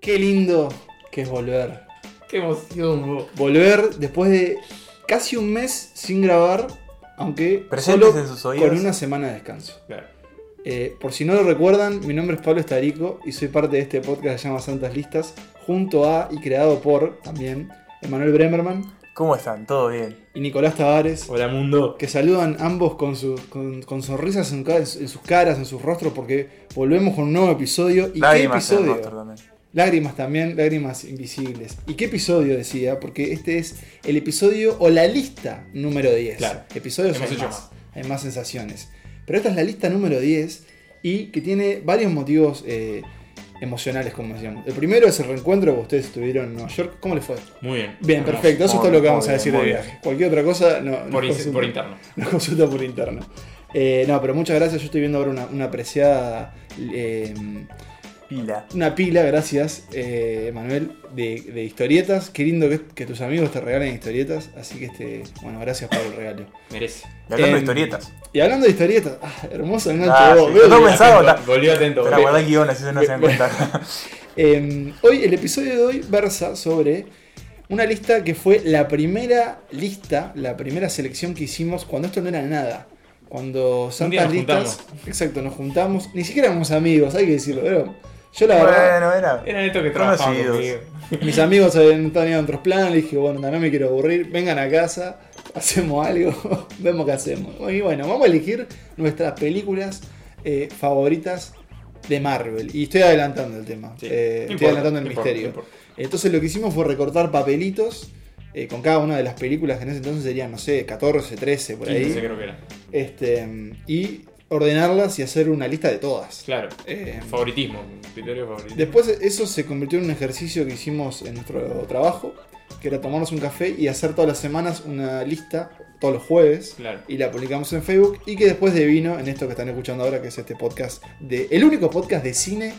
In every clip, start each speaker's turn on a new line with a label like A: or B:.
A: Qué lindo que es volver.
B: Qué emoción, vos.
A: Volver después de casi un mes sin grabar, aunque
C: Presentes
A: solo
C: en sus oídos.
A: con una semana de descanso.
B: Claro.
A: Eh, por si no lo recuerdan, mi nombre es Pablo Estarico y soy parte de este podcast que se llama Santas Listas, junto a y creado por también Emanuel Bremerman
C: ¿Cómo están? ¿Todo bien?
A: y Nicolás Tavares,
B: Hola, mundo.
A: que saludan ambos con, su- con- con sonrisas en, ca- en sus caras, en sus rostros, porque volvemos con un nuevo episodio. ¿Y
C: Lágrimas
A: qué
C: en el
A: episodio?
C: rostro también.
A: Lágrimas también, lágrimas invisibles. ¿Y qué episodio decía? Porque este es el episodio o la lista número 10.
B: Claro.
A: Episodios
B: Hemos
A: hay
B: hecho
A: más, hay más sensaciones. Pero esta es la lista número 10 y que tiene varios motivos eh, emocionales, como decíamos. El primero es el reencuentro que ustedes estuvieron en Nueva York. ¿Cómo les fue?
B: Muy bien.
A: Bien,
B: Hermoso.
A: perfecto. Eso es
C: Muy
A: todo lo que
C: bien,
A: vamos a
C: muy
A: decir
C: bien,
A: de
C: muy
A: viaje. Cualquier otra cosa, no. nos
B: Por, in-
A: consulta-
B: por interno.
A: Nos consulta por interno. Eh, no, pero muchas gracias. Yo estoy viendo ahora una, una apreciada. eh,
C: Pila.
A: una pila, gracias, eh, Manuel, de, de historietas. Qué lindo que, que tus amigos te regalen historietas. Así que, este, bueno, gracias por el regalo.
B: Merece.
C: Y hablando de
A: Em,
C: historietas.
A: Y hablando de historietas, ah, hermosa enganche
C: Ah,
A: vos,
C: sí.
A: veo
C: No
A: que-
C: me- Pensaba,
B: Atento,
C: la-
B: Volvió atento.
C: Pero
B: volvió.
C: guardá guiones, eso no se dan
A: Bueno.
C: cuenta.
A: Em, hoy el episodio de hoy versa sobre una lista que fue la primera lista, la primera selección que hicimos cuando esto no era nada. Cuando
B: día
A: Santas
B: nos
A: Listas. Exacto, nos juntamos. Ni siquiera éramos amigos, hay que decirlo. pero yo la verdad.
C: bueno, era.
B: Eran estos que
C: Conocidos.
B: trabajaban conmigo.
A: Mis amigos habían tenido otros planes, le dije, bueno, no me quiero aburrir, vengan a casa, hacemos algo, vemos qué hacemos. Y bueno, vamos a elegir nuestras películas eh, favoritas de Marvel. Y estoy adelantando el tema,
B: Sí.
A: eh, estoy
B: No importa,
A: adelantando el
B: no importa,
A: misterio.
B: no importa.
A: Entonces lo que hicimos fue recortar papelitos eh, con cada una de las películas, que en ese entonces serían, no sé, 14, 13, por
B: 15
A: ahí.
B: creo que era.
A: Este, y ordenarlas y hacer una lista de todas.
B: Claro.
A: Eh,
B: Favoritismo. un Criterio favorito.
A: Después eso se convirtió en un ejercicio que hicimos en nuestro trabajo, que era tomarnos un café y hacer todas las semanas una lista, todos los jueves,
B: Claro.
A: y la publicamos en Facebook y que después devino en esto que están escuchando ahora, que es este podcast, de, el único podcast de cine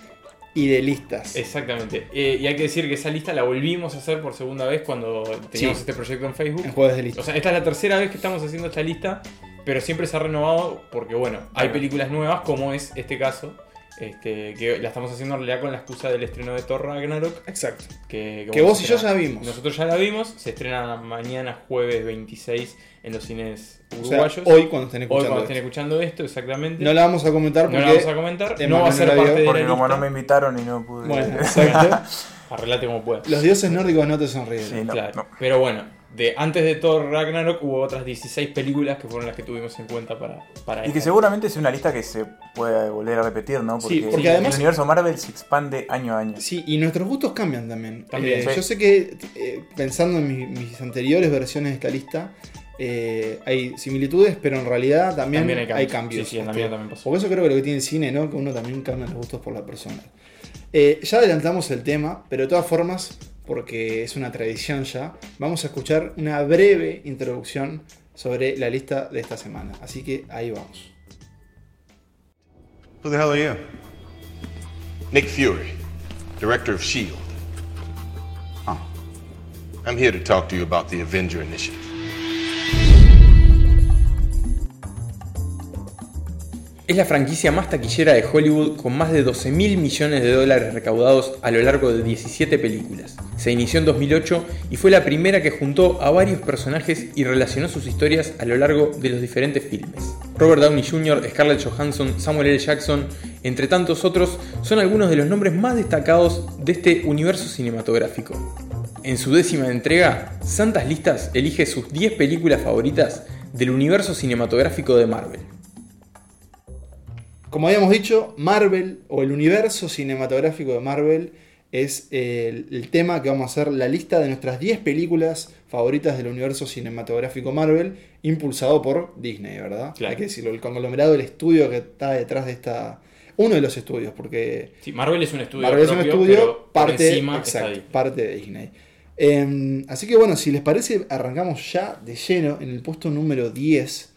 A: y de listas.
B: Exactamente. Eh, y hay que decir que esa lista la volvimos a hacer por segunda vez cuando teníamos
A: Sí.
B: este proyecto en Facebook.
A: En jueves de
B: O
A: listas.
B: sea, esta es la tercera vez que estamos haciendo esta lista, pero siempre se ha renovado porque, bueno, hay
C: Claro.
B: películas nuevas, como es este caso, este, que la estamos haciendo en realidad con la excusa del estreno de Thor Ragnarok.
A: Exacto.
B: Que,
A: Que
B: bueno,
A: vos
B: se
A: y yo
B: estrena-
A: ya vimos.
B: Nosotros ya la vimos, se estrena mañana jueves 26 en los cines
A: O sea,
B: uruguayos.
A: hoy cuando estén
B: Hoy
A: escuchando.
B: cuando estén
A: esto.
B: escuchando esto, exactamente.
A: No la vamos a comentar
B: No
A: porque...
B: la vamos a comentar, no
A: Emanuel
B: va a ser
A: la vio.
B: parte de la
C: Porque como
B: lista.
C: no me invitaron y no pude.
A: Bueno, exacto.
B: Arreglate como puedas.
A: Los dioses nórdicos no te sonríen.
C: Sí, no,
B: Claro.
C: no.
B: Pero bueno, de, antes de Thor Ragnarok hubo otras 16 películas que fueron las que tuvimos en cuenta para, para
C: Y que
B: esta.
C: seguramente es una lista que se puede volver a repetir, ¿no? Porque,
A: Sí, porque además-
C: el universo Marvel se expande año a año.
A: Sí, y nuestros gustos cambian también.
B: También,
A: Eh,
C: sí.
A: Yo sé que eh, pensando en mi- mis, anteriores versiones de esta lista, eh, hay similitudes, pero en realidad también, hay cambios.
B: Sí, sí, en la
A: Este,
B: mía también pasó.
A: Porque eso creo que lo que tiene el cine, ¿no? Que uno también cambia los gustos por la persona. Eh, ya adelantamos el tema, pero de todas formas, porque es una tradición ya, vamos a escuchar una breve introducción sobre la lista de esta semana. Así que ahí vamos.
D: Who the hell are you?
E: Nick Fury, director of S.H.I.E.L.D.
D: Oh.
E: E I'm here to talk to you about the Avenger Initiative.
F: Es la franquicia más taquillera de Hollywood con más de 12 mil millones de dólares recaudados a lo largo de 17 películas. Se inició en 2008 y fue la primera que juntó a varios personajes y relacionó sus historias a lo largo de los diferentes filmes. Robert Downey Jr., Scarlett Johansson, Samuel L. Jackson, entre tantos otros, son algunos de los nombres más destacados de este universo cinematográfico. En su décima entrega, Santas Listas elige sus 10 películas favoritas del universo cinematográfico de Marvel.
A: Como habíamos dicho, Marvel o el universo cinematográfico de Marvel es eh, el, el tema que vamos a hacer la lista de nuestras 10 películas favoritas del universo cinematográfico Marvel, impulsado por Disney, ¿verdad?
B: Claro.
A: Hay que decirlo, el conglomerado, el estudio que está detrás de esta... Uno de los estudios, porque
B: Sí, Marvel es un estudio
A: Marvel es un
B: propio, pero
A: estudio
B: por
A: parte,
B: encima
A: exacto,
B: está ahí.
A: parte de Disney. Em, así que bueno, si les parece, arrancamos ya de lleno en el puesto número 10.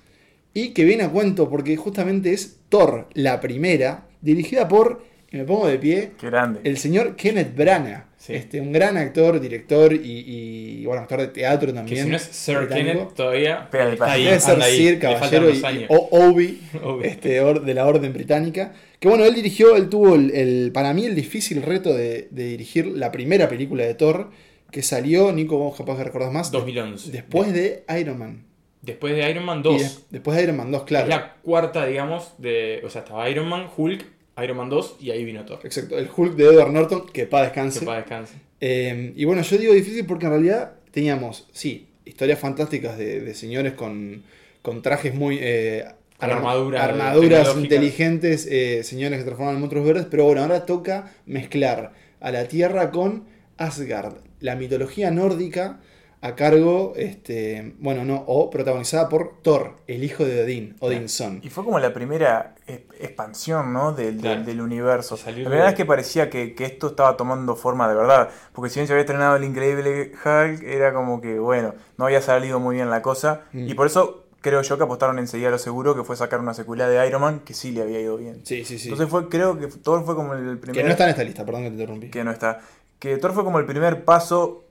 A: Y que viene a cuento porque justamente es Thor, la primera, dirigida por, y me pongo de pie,
C: Qué grande.
A: el señor Kenneth Branagh.
B: Sí.
A: Este, un gran actor, director y, y, bueno, actor de teatro
B: que
A: también.
B: si no es Sir
A: británico.
B: Kenneth todavía
C: Pero el
B: está ahí,
A: Debe ser
B: anda ahí,
A: Sir
B: le faltan
A: Caballero y,
B: unos años.
A: y- o- Obi,
B: Obi.
A: este, or- de la Orden Británica. Que bueno, él dirigió, él tuvo el, el- para mí el difícil reto de, de dirigir la primera película de Thor que salió, Nico, vos capaz que recordás más,
B: 2011.
A: después de Iron Man.
B: Después de Iron Man
A: Y
B: 2.
A: de- después de Iron Man 2, claro.
B: Es la cuarta, digamos, de. O sea, estaba Iron Man, Hulk, Iron Man 2 y ahí vino Thor.
A: Exacto, el Hulk de Edward Norton, que pa'
B: Que
A: descanse.
B: para descanse.
A: Eh, y bueno, yo digo difícil porque en realidad teníamos, sí, historias fantásticas de, de señores con, con trajes muy... eh,
B: Con
A: arma-
B: armadura
A: armaduras
B: tecnológica.
A: inteligentes, eh, señores que se transforman en monstruos verdes, pero bueno, ahora toca mezclar a la Tierra con Asgard, la mitología nórdica a cargo, este, bueno, no, o protagonizada por Thor, el hijo de Odín, Odinson.
C: Y fue como la primera eh, expansión ¿no? del, del-
B: Claro.
C: del universo.
B: Y
C: La
B: salió
C: verdad
B: de-
C: es que parecía que, que esto estaba tomando forma de verdad. Porque si bien se había estrenado el increíble Hulk, era como que, bueno, no había salido muy bien la cosa.
A: Mm.
C: Y por eso creo yo que apostaron enseguida a lo seguro, que fue sacar una secuela de Iron Man, que sí le había ido bien.
A: Sí, sí, sí.
C: Entonces fue, creo que Thor fue como el primer...
A: que no está en esta lista, perdón que te interrumpí.
C: que no está. Que Thor fue como el primer paso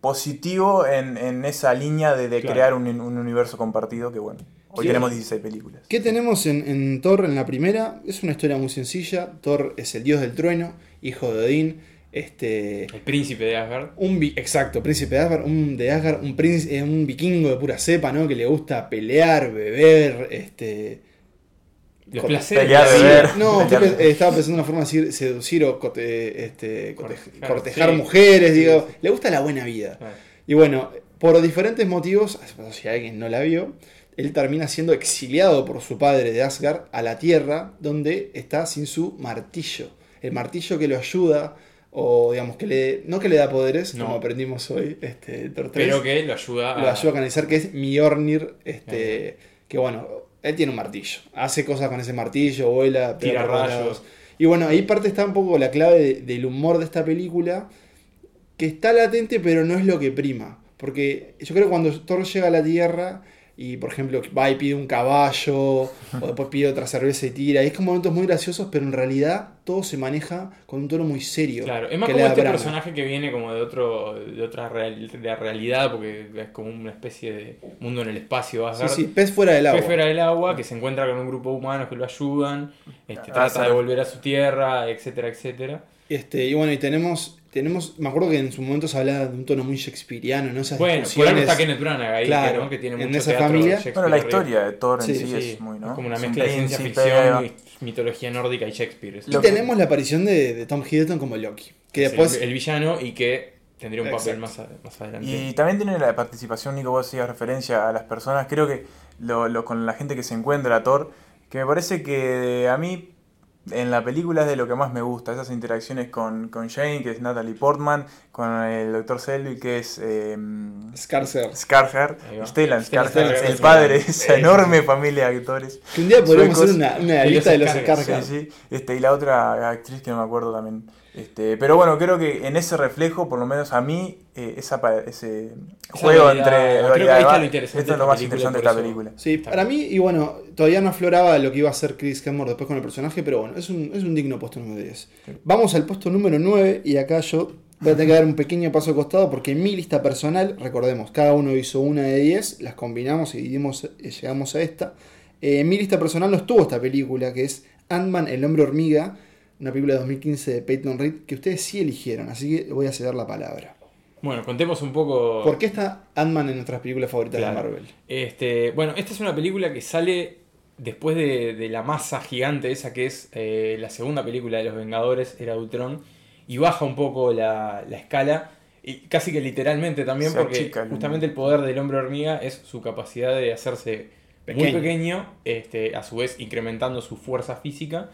C: positivo en, en esa línea de, de
B: Claro.
C: crear un, un universo compartido que, bueno, hoy
A: Sí.
C: tenemos 16 películas.
A: ¿Qué tenemos en, en Thor en la primera? Es una historia muy sencilla. Thor es el dios del trueno, hijo de Odín, este,
B: El príncipe de Asgard.
A: un vi- exacto, príncipe de Asgard, un de Asgard, un príncipe, un vikingo de pura cepa, ¿no? Que le gusta pelear, beber, este,
B: Los
A: Con-
B: placeres.
C: Pelear,
B: de la vida.
C: beber.
A: no,
C: Pelear.
A: estoy pe- eh, estaba pensando en una forma de decir seducir o cote- este, corte- cortejar,
B: Cortejar, sí.
A: mujeres,
B: Sí,
A: digo,
B: sí.
A: le gusta la buena vida.
B: Claro.
A: Y bueno, por diferentes motivos, si alguien no la vio, él termina siendo exiliado por su padre de Asgard a la Tierra, donde está sin su martillo. El martillo que lo ayuda, o digamos que le. No que le da poderes,
B: No.
A: como aprendimos hoy, este Thor 3,
B: Pero que lo ayuda a.
A: lo ayuda a canalizar, que es Mjornir, este. Que bueno, él tiene un martillo. Hace cosas con ese martillo, vuela, pega
B: Tira
A: por todos
B: rayos.
A: lados. Y bueno, ahí parte está un poco la clave de- del humor de esta película, que está latente, pero no es lo que prima. Porque yo creo que cuando Thor llega a la Tierra y, por ejemplo, va y pide un caballo, o después pide otra cerveza y tira, y es como momentos muy graciosos, pero en realidad todo se maneja con un tono muy serio.
B: Claro, es más
A: que
B: como
A: le da
B: este
A: drama.
B: personaje que viene como de otro de otra real- de la realidad, porque es como una especie de mundo en el espacio,
A: Sí,
B: Asgard.
A: sí, pez fuera del agua.
B: Fue fuera del agua, que se encuentra con un grupo de humanos que lo ayudan, este,
C: Ah,
B: trata
C: sabe.
B: de volver a su tierra, etcétera, etcétera.
A: Este, y bueno, y tenemos, tenemos, me acuerdo que en su momento se hablaba de un tono muy shakespeariano, ¿no? Esas
B: Bueno, por algo
A: discusiones.
B: está Kenneth Branagh ahí,
A: Claro,
B: que, ¿no? que tiene
A: en
B: mucho
A: esa
B: teatro
A: familia.
B: Shakespeare
C: Bueno, la
B: arriba.
C: historia de Thor en
A: Sí,
C: sí,
B: Sí,
C: es muy, ¿no?
B: como una
C: Es un
B: mezcla de ciencia
C: príncipe,
B: ficción,
C: ahí va.
B: y mitología nórdica y Shakespeare. Es
A: Y
C: Lo-
A: tenemos la aparición de, de Tom Hiddleston como Loki, que
B: es
A: después...
B: el, el villano y que tendría un papel
A: Exacto.
B: más, a- más adelante.
C: Y también tiene la participación, Nico, vos hacías referencia a las personas, creo que lo, lo- con la gente que se encuentra Thor, que me parece que a mí en la película es de lo que más me gusta, esas interacciones con, con Jane, que es Natalie Portman, con el doctor Selby, que es... eh,
A: Skarsgård.
C: Skarsgård,
B: Ahí va.
C: Stellan
B: Stellan
C: Skarsgård,
B: Skarsgård.
C: el padre de esa enorme familia de actores.
A: Que un día podríamos hacer una,
C: Suecos.
A: una
B: Y los
A: lista de los
B: Skarsgård,
A: Skarsgård.
C: Sí, sí. Este, y la otra actriz que no me acuerdo también. Este, pero bueno, creo que en ese reflejo, por lo menos a mí, eh, esa pa- ese juego
B: variedad.
C: entre.
B: Creo que ahí
C: variedad de
B: está
C: va-
B: lo interesante
C: Esto
B: de
C: es lo
B: esta
C: más
B: película,
C: interesante de
B: por
C: esta
B: eso.
C: película.
A: Sí, para mí, y bueno, todavía no afloraba lo que iba a hacer Chris Hemsworth después con el personaje, pero bueno, es un, es un digno puesto número 10. Vamos al puesto número 9 y acá yo voy a tener que dar un pequeño paso al costado porque en mi lista personal, recordemos, cada uno hizo una de 10, las combinamos y dimos- eh, llegamos a esta. Eh, en mi lista personal no estuvo esta película, que es Ant-Man, el hombre hormiga, una película de 2015 de Peyton Reed, que ustedes sí eligieron, así que le voy a ceder la palabra.
B: Bueno, contemos un poco.
A: ¿Por qué está Ant-Man en nuestras películas favoritas
B: Claro.
A: de Marvel?
B: Este, bueno, esta es una película que sale después de, de la masa gigante esa que es eh, la segunda película de Los Vengadores, era Ultron, y baja un poco la, la escala, y casi que literalmente también,
C: Se
B: porque
C: achica el-
B: justamente el poder del hombre hormiga es su capacidad de hacerse muy
A: Pequeño.
B: pequeño, este, a su vez incrementando su fuerza física.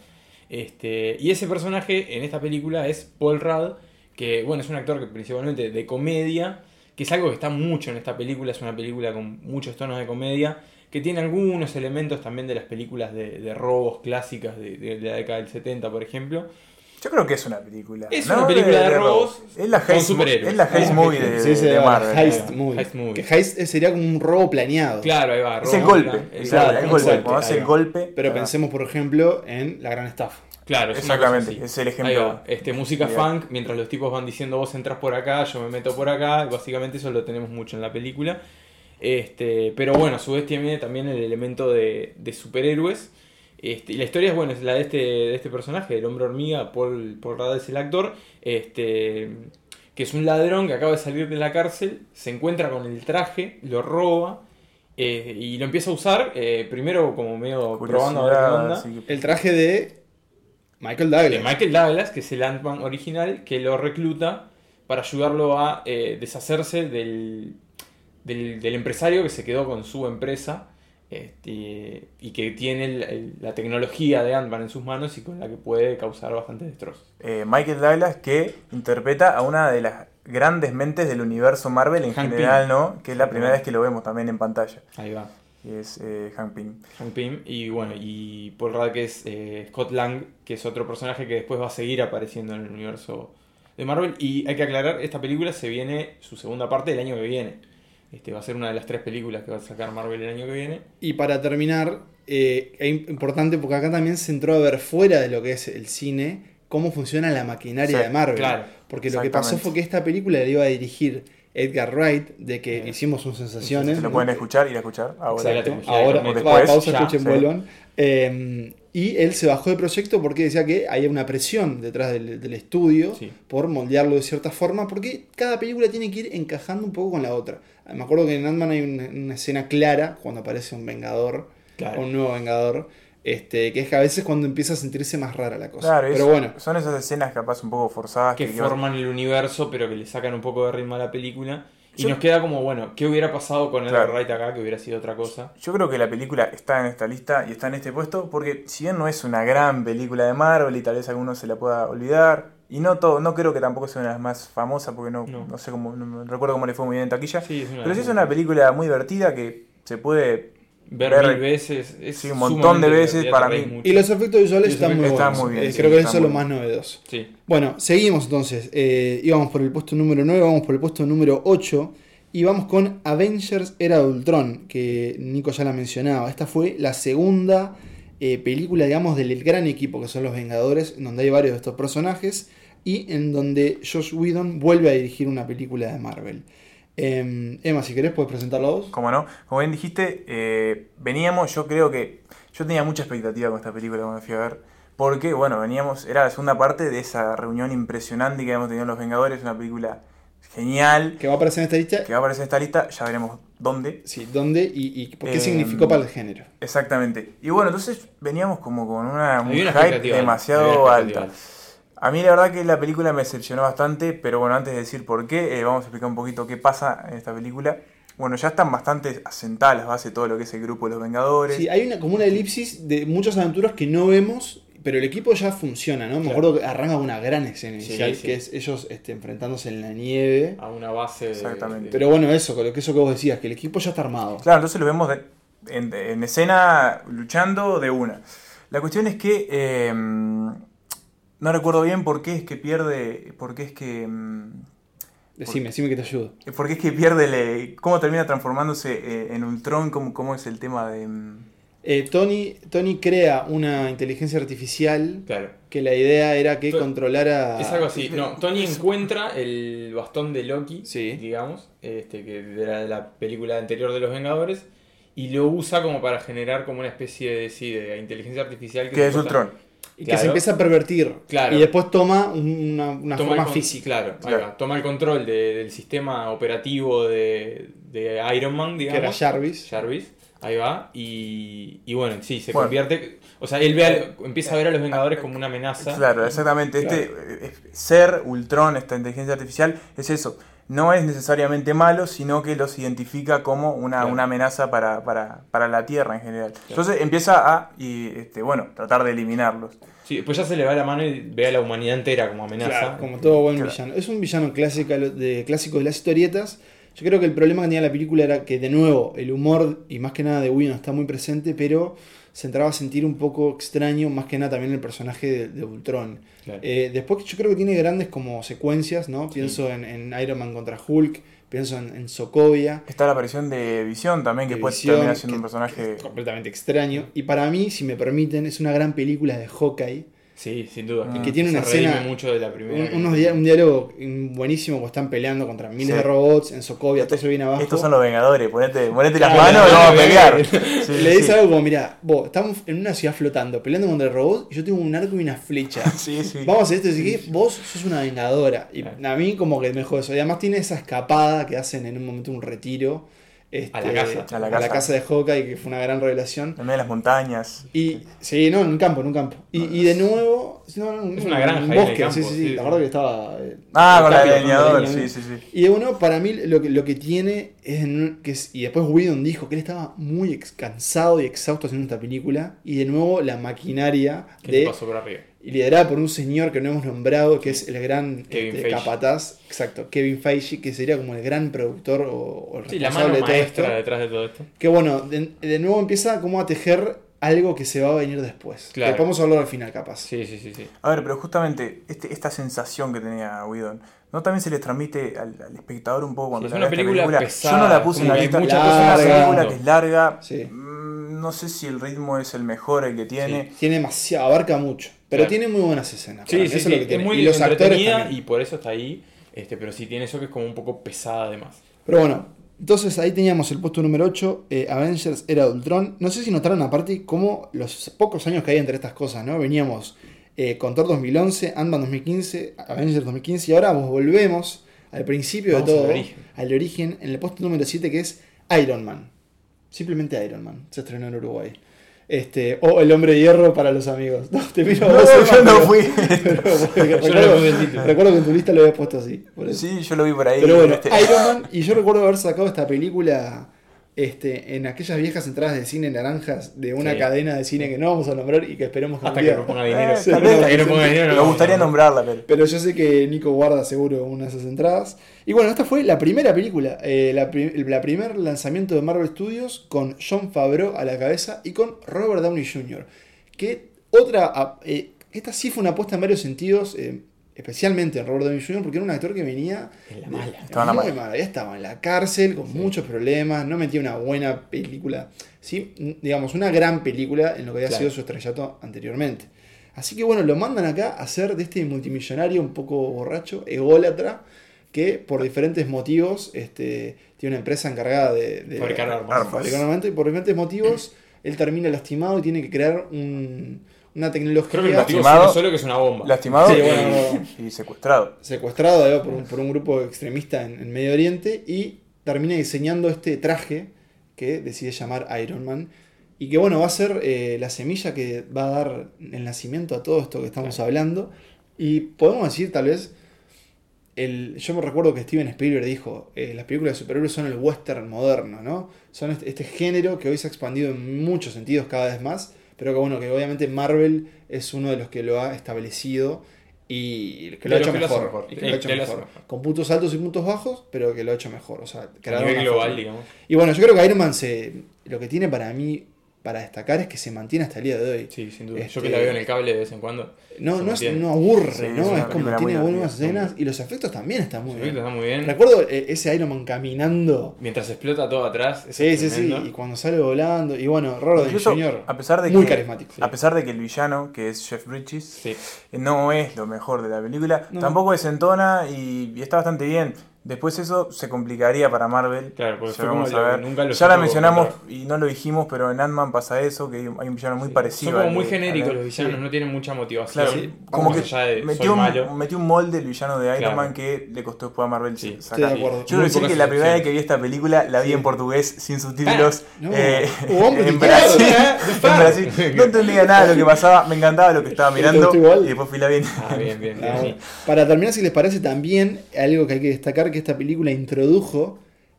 B: Este, y ese personaje en esta película es Paul Rudd, que bueno, es un actor que principalmente de comedia, que es algo que está mucho en esta película, es una película con muchos tonos de comedia, que tiene algunos elementos también de las películas de, de robos clásicas de, de- de la década del 70, por ejemplo.
C: Yo creo que es una película.
B: Es una película de robos
C: Es la
B: con
C: heist, mo-
B: superhéroes.
C: es la heist
B: Ah,
C: movie
B: sí,
C: de,
A: Sí, se
C: de
A: llama
C: Marvel.
A: Heist
C: creo.
A: movie.
B: Heist movie.
A: Que heist eh, sería como un robo planeado.
B: Claro, ahí va.
C: Es el
B: robos,
C: golpe.
B: plan-
C: Es
B: claro,
C: el
B: es
C: golpe.
B: un
C: Cuando hace
B: ahí
C: el
B: va.
C: golpe.
A: Pero
C: ah,
A: pensemos, por ejemplo, en La Gran Estafa.
B: Claro, es una cosa
C: Exactamente,
B: así.
C: es el
B: Ahí
C: ejemplo.
B: va, Este, música
C: Ahí va.
B: funk, mientras los tipos van diciendo vos entras por acá, yo me meto por acá, y básicamente eso lo tenemos mucho en la película. Este, pero bueno, a su vez tiene también el elemento de, de superhéroes. Este, y la historia es bueno, es la de este, de este personaje, el hombre hormiga, Paul, Paul Rudd es el actor, este, que es un ladrón que acaba de salir de la cárcel, se encuentra con el traje, lo roba eh, y lo empieza a usar, eh, primero como medio probando a ver qué
C: Curiosidad,
B: onda.
C: así que-
A: El traje de Michael
B: De
A: Douglas.
B: Michael Douglas, que es el Ant-Man original, que lo recluta para ayudarlo a eh, deshacerse del, del, del empresario que se quedó con su empresa este, y que tiene el- el- la tecnología de Ant-Man en sus manos y con la que puede causar bastantes destrozos.
C: eh, Michael Douglas que interpreta a una de las grandes mentes del universo Marvel en
B: Hank
C: general,
B: Pym.
C: ¿no? Que es la primera
B: Pym.
C: vez que lo vemos también en pantalla.
B: Ahí va.
C: Y es eh, Hank Pym.
B: Hank Pym y bueno, y Paul Rudd que es eh, Scott Lang, que es otro personaje que después va a seguir apareciendo en el universo de Marvel. Y hay que aclarar, esta película se viene, su segunda parte, el año que viene. Este, va a ser una de las tres películas que va a sacar Marvel el año que viene.
A: Y para terminar, eh, es importante porque acá también se entró a ver fuera de lo que es el cine cómo funciona la maquinaria
C: Sí,
A: de Marvel.
B: claro,
A: porque lo que pasó
C: exactamente.
A: fue que esta película la iba a dirigir Edgar Wright, de que
B: Sí.
A: hicimos sus sensaciones.
C: Se lo pueden escuchar, ir a escuchar ahora.
B: Exacto.
A: Exacto.
B: Ya,
A: Ahora,
B: como
A: pa-
C: después,
A: pausa,
B: ya,
A: escuchen,
C: sí.
A: vuelvan. Eh, y él se bajó del proyecto porque decía que había una presión detrás del, del estudio
B: Sí.
A: por moldearlo de cierta forma, porque cada película tiene que ir encajando un poco con la otra. Eh, Me acuerdo que en Ant-Man hay una, una escena clara cuando aparece un Vengador,
B: Claro.
A: un nuevo Vengador, este, que es que a veces cuando empieza a sentirse más rara la cosa.
C: Claro, es-
A: Pero bueno,
C: son esas escenas capaz un poco forzadas
B: Que forman el universo, pero que le sacan un poco de ritmo a la película. Y
C: Yo-
B: nos queda como, bueno, ¿qué hubiera pasado con Edgar
C: Claro.
B: Wright acá? Que hubiera sido otra cosa.
C: Yo creo que la película está en esta lista y está en este puesto porque si bien no es una gran película de Marvel y tal vez alguno se la pueda olvidar, y no todo, no creo que tampoco sea una de las más famosas porque no,
B: No.
C: no sé cómo, no me recuerdo cómo le fue muy bien en taquilla,
B: Sí, es una
C: pero sí es
B: locura.
C: una película muy divertida que se puede...
B: Ver,
C: ver-
B: mil veces. Es
C: sí, un montón de
B: sumamente
C: veces
B: divertida,
C: para
B: te reís
C: mí.
B: mucho.
A: y los efectos visuales
B: Los
A: están muy
B: efectos
A: buenos.
B: están
C: muy bien,
A: Eh,
C: sí,
A: creo que
C: están
A: eso es lo
C: muy
A: más novedoso.
B: Sí.
A: Bueno, seguimos entonces. Eh, íbamos por el puesto número 9, vamos por el puesto número 8. Y vamos con Avengers Era de Ultron, que Nico ya la mencionaba. Esta fue la segunda eh, película, digamos, del gran equipo que son los Vengadores, en donde hay varios de estos personajes. Y en donde Josh Whedon vuelve a dirigir una película de Marvel. Em, Emma, si querés, puedes presentarla vos.
C: Como no, como bien dijiste, eh, veníamos, yo creo que yo tenía mucha expectativa con esta película cuando fui a ver, porque bueno, veníamos, era la segunda parte de esa reunión impresionante que habíamos tenido en Los Vengadores, una película genial,
A: Que va a aparecer en esta lista.
C: que va a aparecer en esta lista, ya veremos dónde.
A: Sí, ¿dónde y, y por qué
C: Em,
A: significó para el género?
C: Exactamente. Y bueno, entonces veníamos como con una, un
B: Había una
C: hype
B: expectativa
C: demasiado
B: había una
C: alta.
B: expectativa
C: A mí la verdad que la película me decepcionó bastante, pero bueno, antes de decir por qué, eh, vamos a explicar un poquito qué pasa en esta película. Bueno, ya están bastante asentadas las bases de todo lo que es el grupo de los
B: Pues
C: Vengadores.
A: Sí, hay una, como una elipsis de muchas aventuras que no vemos, pero el equipo ya funciona, ¿no? Me
B: Claro.
A: acuerdo que arranca con una gran escena
B: Sí,
A: inicial,
B: sí.
A: que es ellos este, enfrentándose en la nieve.
B: A una base. de-
C: Exactamente.
B: de-
A: Pero bueno, eso, con lo que eso que vos decías, que el equipo ya está armado.
C: Claro, entonces lo vemos de- en, en escena luchando de una. La cuestión es que eh, no recuerdo bien por qué es que pierde, por qué es que mm,
A: Decime, decime que te ayudo.
C: Porque es que pierde, el- cómo termina transformándose eh, en Ultron, cómo, cómo es el tema de... mm,
A: Eh, Tony, Tony crea una inteligencia artificial
B: Claro.
A: que la idea era que
B: To-
A: controlara.
B: Es algo
C: Ah,
B: así. No, Tony encuentra el bastón de Loki,
A: Sí.
B: digamos, este, que era de la película anterior de los Vengadores, y lo usa como para generar como una especie de, sí, de inteligencia artificial
C: Que es
B: se porta-
C: Ultron.
A: y que
B: Claro.
A: se empieza a pervertir.
B: Claro.
A: Y después toma una, una
B: Toma el
A: forma
B: con-
A: física.
B: Claro, ahí
C: Claro.
B: va. toma el control de- del sistema operativo de, de Iron Man,
A: Que era
B: digamos.
A: Jarvis.
B: Jarvis, ahí va. Y, y bueno, sí, se
C: Bueno. Ah,
B: convierte. O sea, él ve al- empieza a ver a los Vengadores como una amenaza.
C: Claro, exactamente. Este eh, eh, ser Ultron, esta inteligencia artificial, es eso. No es necesariamente malo, sino que los identifica como una,
B: Claro.
C: una amenaza para, para- para la Tierra en general. Entonces empieza a, y, este, bueno, tratar de eliminarlos.
B: Sí, después ya se le va la mano y ve a la humanidad entera como amenaza.
A: Claro, como todo buen
C: Claro.
A: villano. Es un villano clásico de, clásico de las historietas. Yo creo que el problema que tenía la película era que, de nuevo, el humor y más que nada de Whedon está muy presente, pero se entraba a sentir un poco extraño, más que nada también el personaje de, de Ultron.
B: Claro.
A: Eh, después yo creo que tiene grandes como secuencias, ¿no? Pienso en, en Iron Man contra Hulk, pienso en, en Sokovia,
C: Está la aparición de Visión también, que
A: De
C: después
A: Visión,
C: termina siendo
A: que-
C: un personaje...
A: completamente extraño. Y para mí, si me permiten, es una gran película de Hawkeye,
B: Sí, sin duda.
A: Que tiene
B: se
A: una
B: redime
A: escena-
B: mucho de la primera.
A: Un, unos dia- un diálogo buenísimo cuando están peleando contra miles
C: Sí.
A: de robots en Sokovia, todo se viene abajo.
C: Estos son los Vengadores, ponete, ponete las
B: Claro,
C: manos y
B: claro,
C: vamos a
B: claro.
C: pelear. Sí,
A: Le dice
C: sí.
A: algo como, mira, vos, estamos en una ciudad flotando, peleando contra robots, y yo tengo un arco y una flecha.
C: Sí, sí.
A: Vamos a hacer esto, así que vos sos una vengadora. Y
B: Claro.
A: a mí como que me jode eso. Y además tiene esa escapada que hacen en un momento un retiro. este,
B: A la casa.
C: A la
A: a la
C: casa.
A: casa de Hawkeye, que fue una gran revelación.
C: En medio de las montañas.
A: Y sí, no, en un campo, en un campo. Y, y de nuevo, no, no,
B: Es
A: no,
B: una
A: en
B: granja
A: un
B: ahí en el
A: bosque,
B: campo,
A: sí, sí, sí,
B: sí,
A: la
B: sí.
A: verdad que estaba eh,
C: Ah, con la
A: Rápido,
C: delineador,
A: con la
C: sí, sí, sí.
A: Y de uno, para mí, lo que, lo que tiene es. en- que es- y después Whedon dijo que él estaba muy ex- cansado y exhausto haciendo esta película. Y de nuevo, la maquinaria
B: que
A: de.
B: pasó por arriba.
A: Liderada por un señor que no hemos nombrado, que es el gran
B: Kevin
A: este,
B: Feige.
A: capataz, exacto, Kevin Feige, que sería como el gran productor o, o el
B: Sí, la
A: responsable de
B: mano
A: todo
B: maestra
A: esto.
B: detrás de todo esto.
A: Que bueno, de, de nuevo empieza como a tejer algo que se va a venir después. Que
B: Claro.
A: podemos hablar al final, capaz.
B: Sí, sí, sí, sí.
C: A ver, pero justamente este- esta sensación que tenía Whedon, ¿no también se le transmite al, al espectador un poco cuando
B: Sí,
C: la
B: es una
C: ve esta
B: película
C: Yo no la
B: pesada,
C: puse en
B: como
C: la
B: que
C: lista.
B: hay muchas
C: es una
A: cosas
C: película
B: pasando.
C: que es larga.
A: Sí.
C: Mm, No sé si el ritmo es el mejor el que tiene.
A: Tiene demasiado, abarca mucho. Pero
B: Claro.
A: tiene muy buenas escenas.
B: Sí,
A: para mí,
B: sí,
A: eso es
B: sí,
A: lo que
B: es
A: tiene.
B: muy
A: y los actores
B: entretenida
A: también.
B: y por eso está ahí. Este, pero sí tiene eso que es como un poco pesada además.
A: Pero bueno, entonces ahí teníamos el puesto número 8, eh, Avengers era de Ultron. No sé si notaron aparte cómo los pocos años que hay entre estas cosas, ¿no? Veníamos eh, con Thor 2011, Ant-Man 2015, Avengers 2015 y ahora vos volvemos al principio
B: Vamos
A: de
B: al
A: todo, al origen.
B: origen.
A: en el puesto número 7 que es Iron Man. Simplemente Iron Man, se estrenó en Uruguay. Este, o El Hombre de Hierro para los amigos. No, te miro a
C: No,
A: vos,
C: yo
A: Herman,
C: no
A: pero-
C: fui.
A: pero porque
B: Yo no
A: recuerdo,
B: puse el título.
A: recuerdo que en tu lista lo había puesto así. por eso.
C: Sí, yo lo vi por ahí.
A: Pero bueno,
C: este,
A: Iron Man, y yo recuerdo haber sacado esta película este, en aquellas viejas entradas de cine naranjas de una
B: Sí.
A: cadena de cine que no vamos a nombrar y que esperemos que
B: Hasta
A: un
B: que
A: día-
B: no ponga
C: eh,
B: dinero.
C: tal vez.
B: Hasta que no ponga dinero. no
C: me
B: vamos a
C: gustaría
B: nombrar.
C: nombrarla, pero.
A: Pero yo sé que Nico guarda seguro una de esas entradas. Y bueno, esta fue la primera película, eh, la, pri- la primer lanzamiento de Marvel Studios con John Favreau a la cabeza y con Robert Downey Jr. Que otra, ah, eh, esta sí fue una apuesta en varios sentidos, eh, especialmente en Robert Downey Jr. porque era un actor que venía
B: En la mala.
C: Estaba en la
A: muy
C: mala.
A: mal, ya estaba en la cárcel con muchos problemas, no metía una buena película, ¿sí? N- digamos, una gran película en lo que había
B: Claro.
A: sido su estrellato anteriormente. Así que bueno, lo mandan acá a ser de este multimillonario un poco borracho, ególatra, que por diferentes motivos este, tiene una empresa encargada de, de
B: Fabricar armas.
C: Armas.
A: fabricar armamento, y por diferentes motivos él termina lastimado y tiene que crear un- una tecnología
B: Creo que el motivo es
C: Lastimado.
B: uno solo que es una bomba.
C: Lastimado
A: Sí,
C: y-
A: bueno.
C: y secuestrado.
A: secuestrado digamos, por, un, por un grupo extremista en, en Medio Oriente y termina diseñando este traje que decide llamar Iron Man y que bueno, va a ser eh, la semilla que va a dar el nacimiento a todo esto que estamos hablando y podemos decir tal vez, el, yo me recuerdo que Steven Spielberg dijo, eh, las películas de superhéroes son el western moderno, ¿no? Son este, este género que hoy se ha expandido en muchos sentidos cada vez más, pero que bueno, que obviamente Marvel es uno de los que lo ha establecido y que lo
B: De
A: ha
B: los
A: hecho
B: que lo hace
A: mejor.
B: mejor.
A: y que
B: Sí,
A: lo ha hecho
B: que lo hace
A: mejor.
B: mejor.
A: Con puntos altos y puntos bajos, pero que lo ha hecho mejor. O sea,
B: A
A: crearon
B: nivel
A: una
B: global,
A: forma.
B: digamos.
A: Y bueno, yo creo que Iron Man se, lo que tiene para mí, para destacar, es que se mantiene hasta el día de hoy.
B: Sí, sin duda.
A: Este-
B: Yo que la veo en el cable de vez en cuando.
A: No,
B: se
A: no, es-
B: mantiene.
A: no aburre,
C: Sí, es
A: ¿no?
C: una
A: Es, como
C: película
A: tiene
C: muy
A: buenas
C: divertida,
A: escenas y los efectos también están muy
B: Los efectos
A: bien.
B: están muy bien.
A: Recuerdo eh, ese Iron Man caminando.
B: Mientras explota todo atrás. es
A: Sí, sí, sí.
B: tremendo.
A: Y cuando sale volando. Y bueno, Robert Downey
C: Incluso,
A: Jr.
C: a pesar de
A: muy
C: que-
A: carismático.
C: A pesar de que el villano, que es Jeff Bridges,
B: Sí.
C: eh, no es lo mejor de la película,
A: No.
C: tampoco desentona y, y está bastante bien. Después eso se complicaría para Marvel.
B: Claro, porque
C: Ya
B: fue como
C: vamos a
B: lo-
C: ver.
B: nunca lo
C: ya la
B: supo
C: mencionamos
B: controlar.
C: y no lo dijimos, pero en Ant-Man pasa eso, que hay un hay un villano muy parecido.
B: Son como
C: al
B: muy
C: de-
B: genéricos
C: al
B: los
C: de-
B: villanos, no tienen mucha motivación.
C: Claro,
B: Sí.
C: como
B: Más
C: que
B: allá de soy
C: metió,
B: malo.
C: un, metió un molde el villano de Iron
B: Claro.
C: Man que le costó después a Marvel
B: Sí, estoy
C: sacar.
A: de acuerdo.
C: Yo quiero
B: Muy
C: decir
B: pocas
C: que la primera
B: excepciones.
C: vez que vi esta película la vi en portugués sin subtítulos
B: Ah,
A: No,
C: eh,
A: hubo hombres
C: en
A: de
C: Brasil.
B: ¿eh?
A: izquierda,
C: en Brasil. No entendía nada de lo que pasaba, me encantaba lo que estaba
A: Pero te
C: mirando
A: gustó igual.
C: y después fui la bien.
B: Ah, bien, bien.
A: Ah,
B: bien.
A: bueno. Para terminar, si les parece también, algo que hay que destacar, que esta película introdujo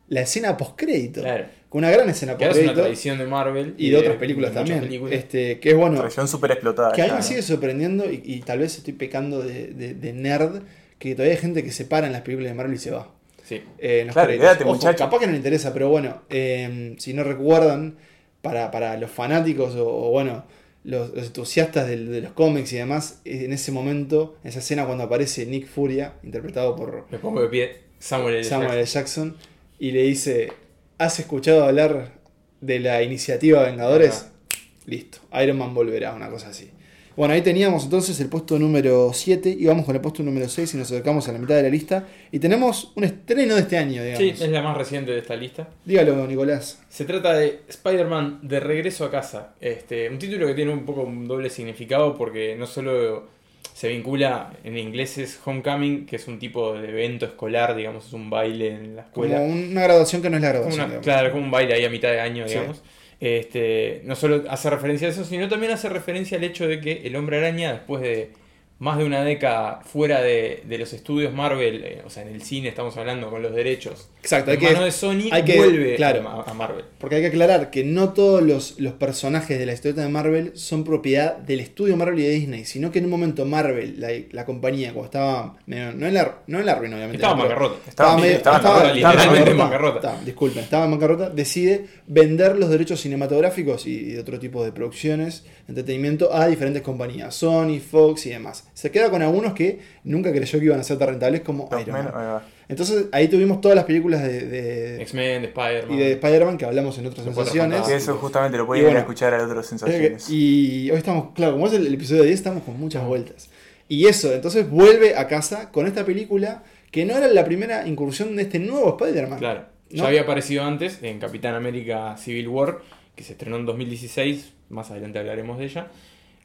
A: la escena postcrédito.
B: Claro.
A: Con una gran escena
B: Que ahora es una
A: postcrédito.
B: tradición de Marvel.
A: Y de otras películas
B: muchas
A: también.
B: películas.
A: Este, que es bueno.
C: Región súper explotada.
A: Que a mí
C: ya,
A: me
C: ¿no?
A: sigue sorprendiendo, y, y tal vez estoy pecando de, de- de nerd, que todavía hay gente que se para en las películas de Marvel y se va.
B: Sí.
A: Eh, en los
C: Claro,
A: créditos.
C: quédate,
A: Ojo,
C: muchacho.
A: Capaz que no le interesa, pero bueno, eh, si no recuerdan, para, para los fanáticos o, o bueno, los, los entusiastas del- de, los cómics y demás, eh, en ese momento, en esa escena cuando aparece Nick Furia, interpretado por
B: Me pongo de pie. Samuel L.
A: Samuel L.
B: Jackson.
A: Jackson, y le dice, ¿has escuchado hablar de la iniciativa Vengadores?
B: Ajá.
A: Listo, Iron Man volverá, una cosa así. Bueno, ahí teníamos entonces el puesto número 7 y vamos con el puesto número 6 y nos acercamos a la mitad de la lista. Y tenemos un estreno de este año,
B: Sí,
A: digamos.
B: es la más reciente de esta lista.
A: Dígalo, Nicolás.
B: Se trata de Spider-Man de regreso a casa. Este, un título que tiene un poco un doble significado porque no solo se vincula en inglés es Homecoming, que es un tipo de evento escolar, digamos, es un baile en la escuela.
A: Como una graduación que no es la
B: Como
A: graduación.
B: una-
A: digamos.
B: claro, como un baile ahí a mitad de año,
A: Sí.
B: digamos. Este, no solo hace referencia a eso, sino también hace referencia al hecho de que el hombre araña, después de más de una década fuera de, de los estudios Marvel, eh, o sea, en el cine estamos hablando con los derechos,
A: Exacto, hay
B: en
A: que-
B: manos de Sony,
A: hay que-
B: vuelve
A: claro.
B: a, a Marvel.
A: Porque hay que aclarar que no todos los, los personajes de la historieta de Marvel son propiedad del estudio Marvel y de Disney, sino que en un momento Marvel, la, la compañía, cuando estaba. medio- no, en la, no en la ruina, obviamente.
B: Estaba
A: pero- Estaba,
B: bancarrota.
C: Estaba-
A: medio-
C: estaba
A: estaba-
C: bancarrota,
A: estaba
B: literalmente
A: bancarrota.
B: bancarrota.
A: Estaba- disculpen, estaba en bancarrota. Decide vender los derechos cinematográficos y, y de otro tipo de producciones, entretenimiento, a diferentes compañías, Sony, Fox y demás. Se queda con algunos que nunca creyó que iban a ser tan rentables como
C: Los
A: Iron Man.
C: men- ahí va.
A: Entonces ahí tuvimos todas las películas de- de,
B: X-Men, de Spider-Man.
A: y de Spider-Man que hablamos en otras
B: Los Cuatro
A: sensaciones.
B: Ah,
C: Que
B: Fantásticos.
C: eso justamente lo
A: Y
C: pueden ir a
A: bueno.
C: escuchar al otro
A: Eh,
C: Sensaciones.
A: Y hoy estamos, claro, como es el, el episodio 10, estamos con muchas vueltas. Y eso, entonces vuelve a casa con esta película que no era la primera incursión de este nuevo Spider-Man.
B: Claro.
A: ¿No?
B: Ya había aparecido antes en Capitán América Civil War, que se estrenó en 2016, más adelante hablaremos de ella.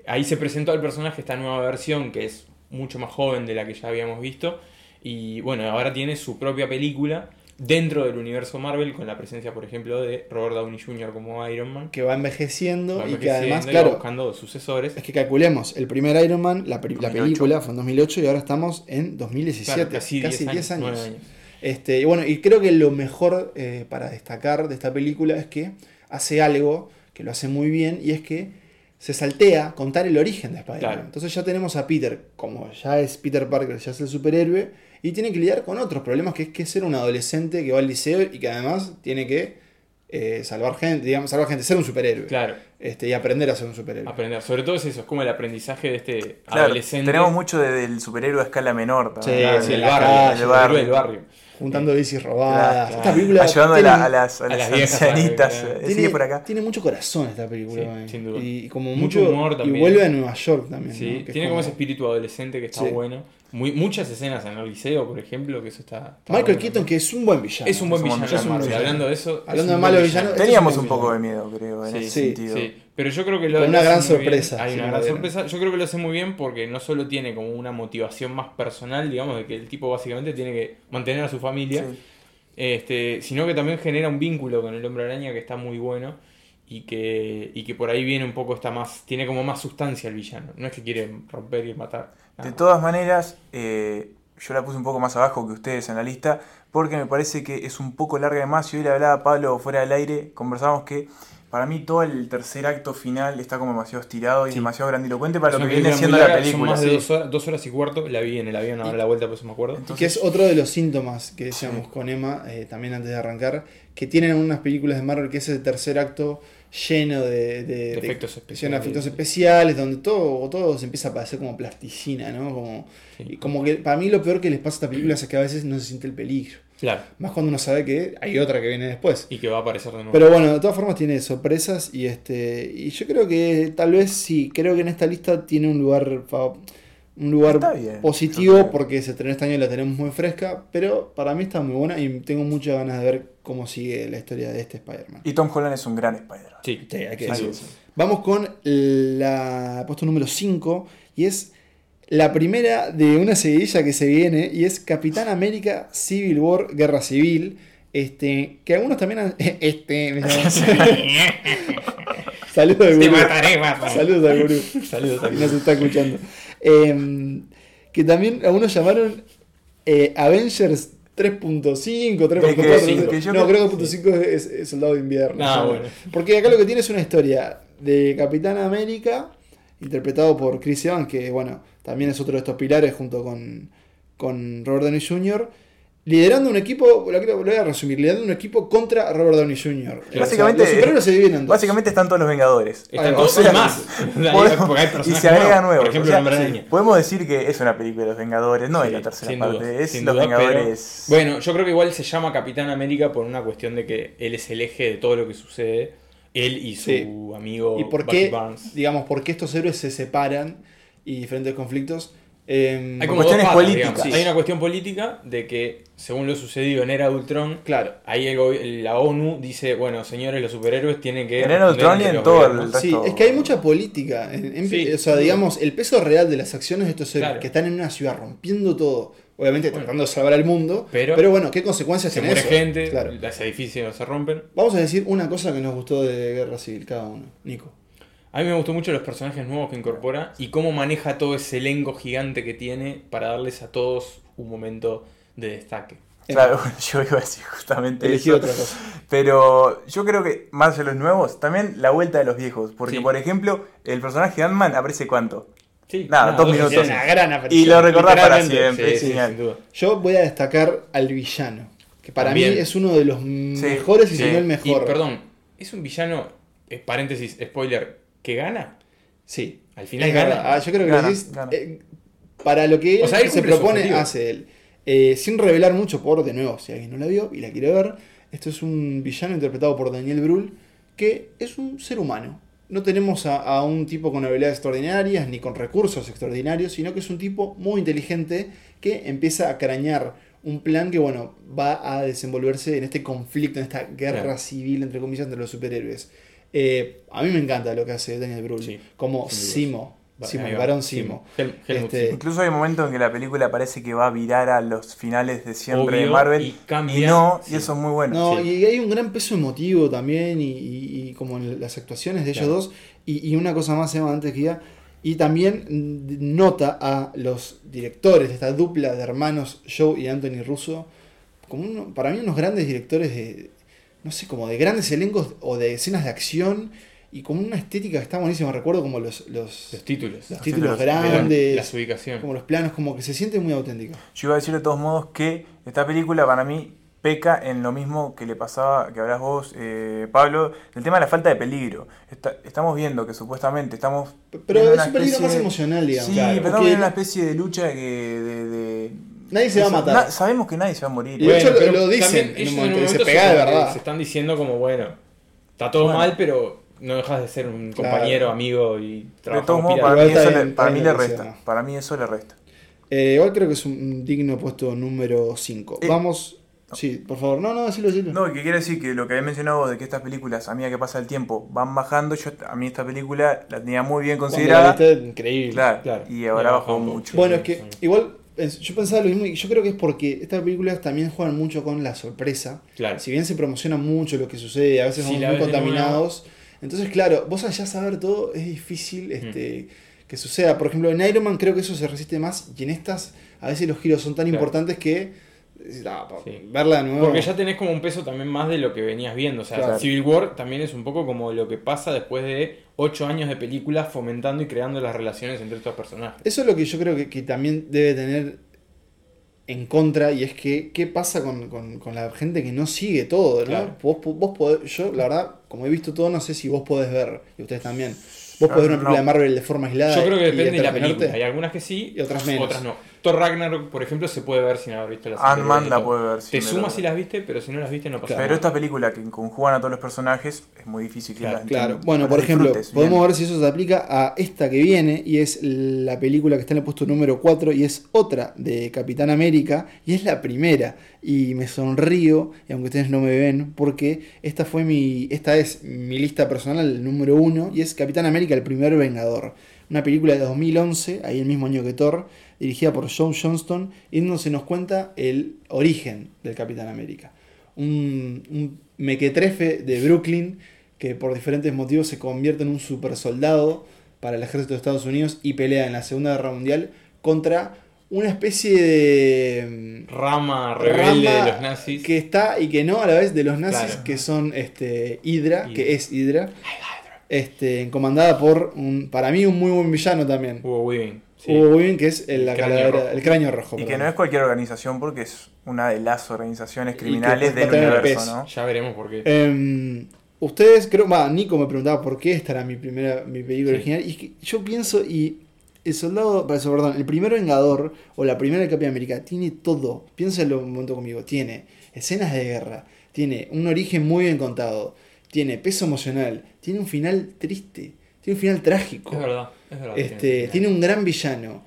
B: Ahí se presentó al personaje esta nueva versión, que es mucho más joven de la que ya habíamos visto. Y bueno, ahora tiene su propia película dentro del universo Marvel, con la presencia, por ejemplo, de Robert Downey Jr. como Iron Man.
A: Que va envejeciendo,
B: Va
A: y que además,
B: envejeciendo y va
A: claro,
B: buscando sucesores.
A: es que calculemos, el primer Iron Man, la, peri- la
C: 2008.
A: película fue en 2008 y ahora estamos en 2017,
B: Claro, casi 10 años,
A: años.
B: nueve años.
A: Este, y bueno, y creo que lo mejor eh, para destacar de esta película es que hace algo que lo hace muy bien y es que se saltea contar el origen de Spider-Man.
B: Claro.
A: Entonces ya tenemos a Peter, como ya es Peter Parker, ya es el superhéroe, y tiene que lidiar con otros problemas, que es que es ser un adolescente que va al liceo y que además tiene que eh, salvar gente, digamos, salvar gente, ser un superhéroe.
B: Claro,
A: Este, y aprender a ser un superhéroe.
B: aprender. Sobre todo es eso, es como el aprendizaje de este
C: Claro,
B: adolescente.
C: tenemos mucho de- del superhéroe a escala menor también.
A: Sí,
B: Claro,
C: Claro,
A: sí,
B: del
A: el
C: la-
B: barrio,
A: calle,
B: el barrio,
C: del barrio.
B: del barrio.
A: Juntando bicis robadas.
C: Claro.
A: Esta película
C: Ayudando a,
A: tiene-
C: la- a las, a
B: a
C: las
B: las viejas,
C: ancianitas.
B: claro,
C: eh,
B: claro.
C: sigue por acá.
A: tiene mucho corazón esta película.
B: Sí,
A: man.
B: sin duda.
A: Y, y como
B: Mucho
A: mucho,
B: humor
A: Y
B: también.
A: vuelve a Nueva York también.
B: Sí,
A: ¿no? Que es
B: tiene como ese espíritu adolescente que está
A: Sí.
B: bueno. Muy, muchas escenas en el liceo, por ejemplo, que eso está. está
A: Michael
B: bueno.
A: Keaton, que es un buen villano.
B: es un buen
C: Es un
B: villano.
C: buen
B: es un buen
A: villano.
B: villano. Hablando de eso.
A: Hablando de
B: es un
A: malo
B: buen
A: villano,
B: villano.
A: Este
C: Teníamos
A: es un
C: un poco de miedo, creo, en
B: Sí,
C: ese
A: sí,
C: sentido.
B: Sí, pero yo creo que lo
A: Con
B: lo
A: una
B: hace
A: gran
B: muy bien.
A: sorpresa,
B: Hay
A: si
B: una
A: no
B: gran
A: lo vieron.
B: sorpresa. Yo creo que lo hace muy bien porque no solo tiene como una motivación más personal, digamos, de que el tipo básicamente tiene que mantener a su familia,
C: Sí.
B: este, sino que también genera un vínculo con el hombre araña que está muy bueno y que, y que por ahí viene un poco esta más. Tiene como más sustancia el villano. No es que quiere romper y matar.
C: De
B: nada.
C: todas maneras, eh, yo la puse un poco más abajo que ustedes en la lista, porque me parece que es un poco larga de más. Y hoy le hablaba a Pablo fuera del aire, conversábamos que para mí todo el tercer acto final está como demasiado estirado y
B: Sí.
C: demasiado grandilocuente para
B: Es
C: lo
B: una
C: que viene
B: película
C: siendo
B: muy
C: la
B: larga, Son
C: película.
B: más de
C: sí.
B: dos horas, dos horas y cuarto. La vi en el avión, ahora la vuelta, por eso me acuerdo.
A: Y que es otro de los síntomas que decíamos con Emma, eh, también antes de arrancar, que tienen unas películas de Marvel que es el tercer acto lleno de, de- de-
B: efectos
A: lleno de
B: especiales.
A: efectos especiales, donde todo, todo se empieza a parecer como plasticina, ¿no? Como,
B: Sí.
A: y como que para mí lo peor que les pasa a estas películas es que a veces no se siente el peligro.
B: Claro.
A: Más cuando uno sabe que hay otra que viene después.
B: Y que va a aparecer de nuevo.
A: Pero bueno, de todas formas tiene sorpresas y este y yo creo que tal vez sí, creo que en esta lista tiene un lugar fa- un
C: Está
A: lugar
C: bien, yo
A: positivo
C: creo.
A: porque se estrenó este año y la tenemos muy fresca, pero para mí está muy buena y tengo muchas ganas de ver cómo sigue la historia de este Spider-Man.
C: Y Tom Holland es un gran Spider-Man.
B: sí,
A: Sí, hay que
B: sí,
A: decirlo.
B: sí, sí.
A: Vamos con la puesto número 5 y es la primera de una seguidilla que se viene y es Capitán América Civil War, Guerra Civil. Este, que algunos también han- este, me llamo- Saludos al
B: Te
A: gurú.
B: mataré, mataré.
A: Saludos al gurú.
B: Saludos al
A: Que Nos está escuchando. Eh, que también algunos llamaron eh, Avengers 3.5, 3.4.
C: que- que yo
A: no,
C: creo-
A: creo que 3.5 es, es Soldado de Invierno.
B: Ah,
A: Ya,
B: bueno.
A: Porque acá lo que tiene es una historia de Capitán América, interpretado por Chris Evans, que bueno, también es otro de estos pilares junto con, con Robert Downey Jr., liderando un equipo, lo, creo- lo voy a resumir, liderando un equipo contra Robert Downey Jr. O sea,
C: Básicamente-
A: los superhéroes se dividen en dos.
C: Básicamente están todos los Vengadores.
B: Están
A: O
B: todos
C: sea,
B: y Eh, más.
C: podemos-
B: Porque hay
C: y
B: personajes
C: se agrega nuevos.
B: Por ejemplo,
C: o sea,
B: el hombre
C: sí,
B: araña.
C: podemos decir que es una película de los Vengadores, no es
B: Sí,
C: la tercera
B: sin
C: parte,
B: duda,
C: es
B: sin
C: los
B: duda, pero-
C: Vengadores.
B: Bueno, yo creo que igual se llama Capitán América por una cuestión de que él es el eje de todo lo que sucede. Él y su
A: Sí.
B: amigo
A: y por
B: Bucky
A: qué,
B: Barnes.
A: digamos, por qué estos héroes se separan y diferentes conflictos. Eh,
B: Hay
C: Por
B: como dos
C: cuestiones
B: patas,
C: políticas.
B: digamos.
A: Sí.
B: Hay una cuestión política de que, según lo sucedido en Era de Ultron,
A: Claro.
B: ahí el gobi- la ONU dice, bueno, señores, los superhéroes tienen que...
C: En Era de Ultron y en
B: los
C: todo el-
B: gobiernos".
A: Sí,
C: resto-
A: es que hay mucha política. en- en-
B: Sí.
A: o sea, digamos, el peso real de las acciones de estos héroes
B: Claro.
A: que están en una ciudad rompiendo todo, obviamente tratando de salvar al mundo, pero,
B: Pero-
A: bueno, ¿qué consecuencias
B: Se
A: tiene
B: muere
A: eso?
B: gente,
A: Claro.
B: los edificios se rompen.
A: Vamos a decir una cosa que nos gustó de Guerra Civil, cada uno. Nico.
B: A mí me gustó mucho los personajes nuevos que incorpora y cómo maneja todo ese elenco gigante que tiene para darles a todos un momento de destaque.
C: Claro, bueno, yo iba a decir justamente
A: Elegí
C: eso.
A: otra cosa.
C: Pero yo creo que, más de los nuevos, también la vuelta de los viejos. Porque,
B: Sí.
C: por ejemplo, el personaje de Ant-Man aparece cuánto.
B: Sí,
C: Nada, dos
B: dos
C: minutos.
B: escenas.
A: gran
C: Y lo recordás para
A: literalmente.
C: siempre.
B: Sí,
C: es
B: sí,
C: genial.
B: sin duda.
A: Yo voy a destacar al villano, que para
B: También.
A: mí es uno de los mejores y
B: Sí,
A: si no el mejor.
B: Y, perdón, es un villano, eh, paréntesis, spoiler, que gana.
A: Sí.
B: Al final
A: Es verdad.
B: gana.
A: Ah, yo creo que
C: Gana,
A: decís,
C: gana.
A: eh, para lo que
B: O
A: él
B: sea, él
A: se
B: cumple su
A: propone,
B: objetivo.
A: hace él. Eh, sin revelar mucho, por de nuevo, si alguien no la vio y la quiere ver, esto es un villano interpretado por Daniel Brühl, que es un ser humano. No tenemos a, a un tipo con habilidades extraordinarias ni con recursos extraordinarios, sino que es un tipo muy inteligente que empieza a crañar un plan que, bueno, va a desenvolverse en este conflicto, en esta guerra
B: Claro.
A: civil, entre comillas, entre los superhéroes. Eh, a mí me encanta lo que hace Daniel Brühl,
B: Sí,
A: como
B: sin dudas.
A: Simo,
B: Va-
A: Simo,
B: ahí
A: Ah, el
B: va,
A: varón Simo.
B: Hel- Helmut
A: Este,
B: Simo.
C: Incluso hay momentos en que la película parece que va a virar a los finales de siempre de
B: Obvio,
C: Marvel.
B: y cambia,
C: no,
B: sí.
C: y eso es muy bueno.
A: No,
B: sí.
A: y hay un gran peso emotivo también, y, y- y como en las actuaciones de ellos
B: Claro.
A: dos, y, y una cosa más, Emma, antes que ya, y también mm, nota a los directores de esta dupla de hermanos Joe y Anthony Russo, como uno- para mí unos grandes directores de, no sé, como de grandes elencos o de escenas de acción, y con una estética que está buenísima, recuerdo como los, los,
B: Los títulos.
A: los
B: Las,
A: títulos
C: títulos, eran
A: grandes,
B: ubicaciones.
A: como los planos, como que se siente muy auténtica.
C: Yo iba a decir de todos modos que esta película para mí peca en lo mismo que le pasaba, que hablas vos, eh, Pablo, el tema de la falta de peligro. Está- estamos viendo que supuestamente estamos...
A: Pero
C: viendo
A: es
C: una
A: un peligro
C: especie
A: más
C: de-
A: emocional, digamos.
C: Sí,
A: Claro.
C: pero
A: Porque-
C: estamos viendo una especie de lucha que de... de-
A: Nadie se va a matar.
C: Na- sabemos que nadie se va a morir.
A: Y de hecho lo- lo dicen
B: también
A: en
B: ellos
A: un momento, que se
B: se
A: pega de
B: como que
A: verdad.
B: Se están diciendo como, bueno, está todo
C: Bueno.
B: mal, pero no dejas de ser un
A: Claro.
B: compañero, amigo y
C: de
B: trabajamos
C: todos modos,
B: pila.
C: para mí,
A: Igual
C: eso
A: está
C: le,
A: bien,
C: para
A: está
C: mí
A: bien
C: le
A: lo que
C: resta.
A: sea.
C: Para mí eso le resta.
A: Eh, igual creo que es un digno puesto número 5.
C: Eh,
A: Vamos. Sí, por favor. No, no, decilo, decilo.
C: No, que quiere decir que lo que había mencionado de que estas películas, a medida que pasa el tiempo, van bajando, yo a mí esta película la tenía muy bien
A: Cuando la
C: considerada.
A: viste, increíble.
C: Claro,
B: Claro.
C: y ahora
B: Y
C: bajó
B: bajó un poco.
C: mucho.
A: Bueno, es que igual es- yo pensaba lo mismo y yo creo que es porque estas películas también juegan mucho con la sorpresa.
B: Claro.
A: Si bien se promociona mucho lo que sucede, y a veces
B: Si
A: somos
B: la
A: muy
B: ves de
A: contaminados. Entonces, claro, vos allá saber todo es
B: Mm.
A: difícil este, que suceda. Por ejemplo, en Iron Man creo que eso se resiste más y en estas a veces los giros son tan
B: Claro.
A: importantes que eh, ah, pa-
B: Sí.
A: verla de nuevo.
B: Porque ya tenés como un peso también más de lo que venías viendo. O sea,
A: Claro.
B: Civil War también es un poco como lo que pasa después de ocho años de películas fomentando y creando las relaciones entre estos personajes.
A: Eso es lo que yo creo que, que también debe tener en contra y es que qué pasa con, con- con la gente que no sigue todo, ¿no?
B: Claro.
A: Vos, po- vos podés- yo la verdad, como he visto todo, no sé si vos podés ver, y ustedes también, vos podés ver una
C: No.
A: película de Marvel de forma aislada.
B: Ah, Yo creo que
A: y
B: depende de la
A: determinarte.
B: película. Hay algunas que sí
A: Y otras menos.
B: Otras no. Thor Ragnarok, por ejemplo, se puede ver sin haber visto las
C: Ant-Man
B: anteriores
C: la
B: de Thor.
C: puede ver.
B: Te
C: sí,
B: sumas si
C: pero-
B: las viste, pero si no las viste no pasa
C: Pero
B: nada.
C: esta película que conjugan a todos los personajes es muy difícil que
B: Claro,
C: las
A: Claro,
C: entiendas,
A: bueno,
C: las
A: por ejemplo,
C: disfrutes bien.
A: podemos ver si eso se aplica a esta que viene y es la película que está en el puesto número 4 y es otra de Capitán América y es la primera y me sonrío, y aunque ustedes no me ven, porque esta fue mi esta es mi lista personal el número 1 y es Capitán América el primer vengador, una película de 2011, ahí el mismo año que Thor, dirigida por John Johnston y donde se nos cuenta el origen del Capitán América un, un mequetrefe de Brooklyn que por diferentes motivos se convierte en un super soldado para el ejército de Estados Unidos y pelea en la Segunda Guerra Mundial contra una especie de mm,
B: Rama rebelde
A: rama
B: de los nazis.
A: que está y que no a la vez de los nazis
B: Claro.
A: que son este Hydra, que
B: Hydra.
A: es Hydra, este comandada por un para mí un muy buen villano también
B: Hugo Weaving. sí.
A: Hugo Weaving, que es el, la
B: cráneo
A: calavera-
B: rojo.
A: el cráneo rojo
C: Y que
A: perdón.
C: no es cualquier organización porque es una de las organizaciones
A: que
C: criminales
A: puede
C: del
A: tener
C: universo,
A: peso.
C: ¿no?
B: Ya veremos por qué.
A: Em, ustedes, creo, va, Nico me preguntaba por qué esta era mi primera, mi película
B: Sí.
A: original. Y es que yo pienso, y el soldado, perdón, el primer Vengador o la primera Capitán América tiene todo. Piénsenlo un momento conmigo. Tiene escenas de guerra, tiene un origen muy bien contado, tiene peso emocional, tiene un final triste, tiene un final trágico.
B: Es verdad, es verdad.
A: Este, tiene un gran villano.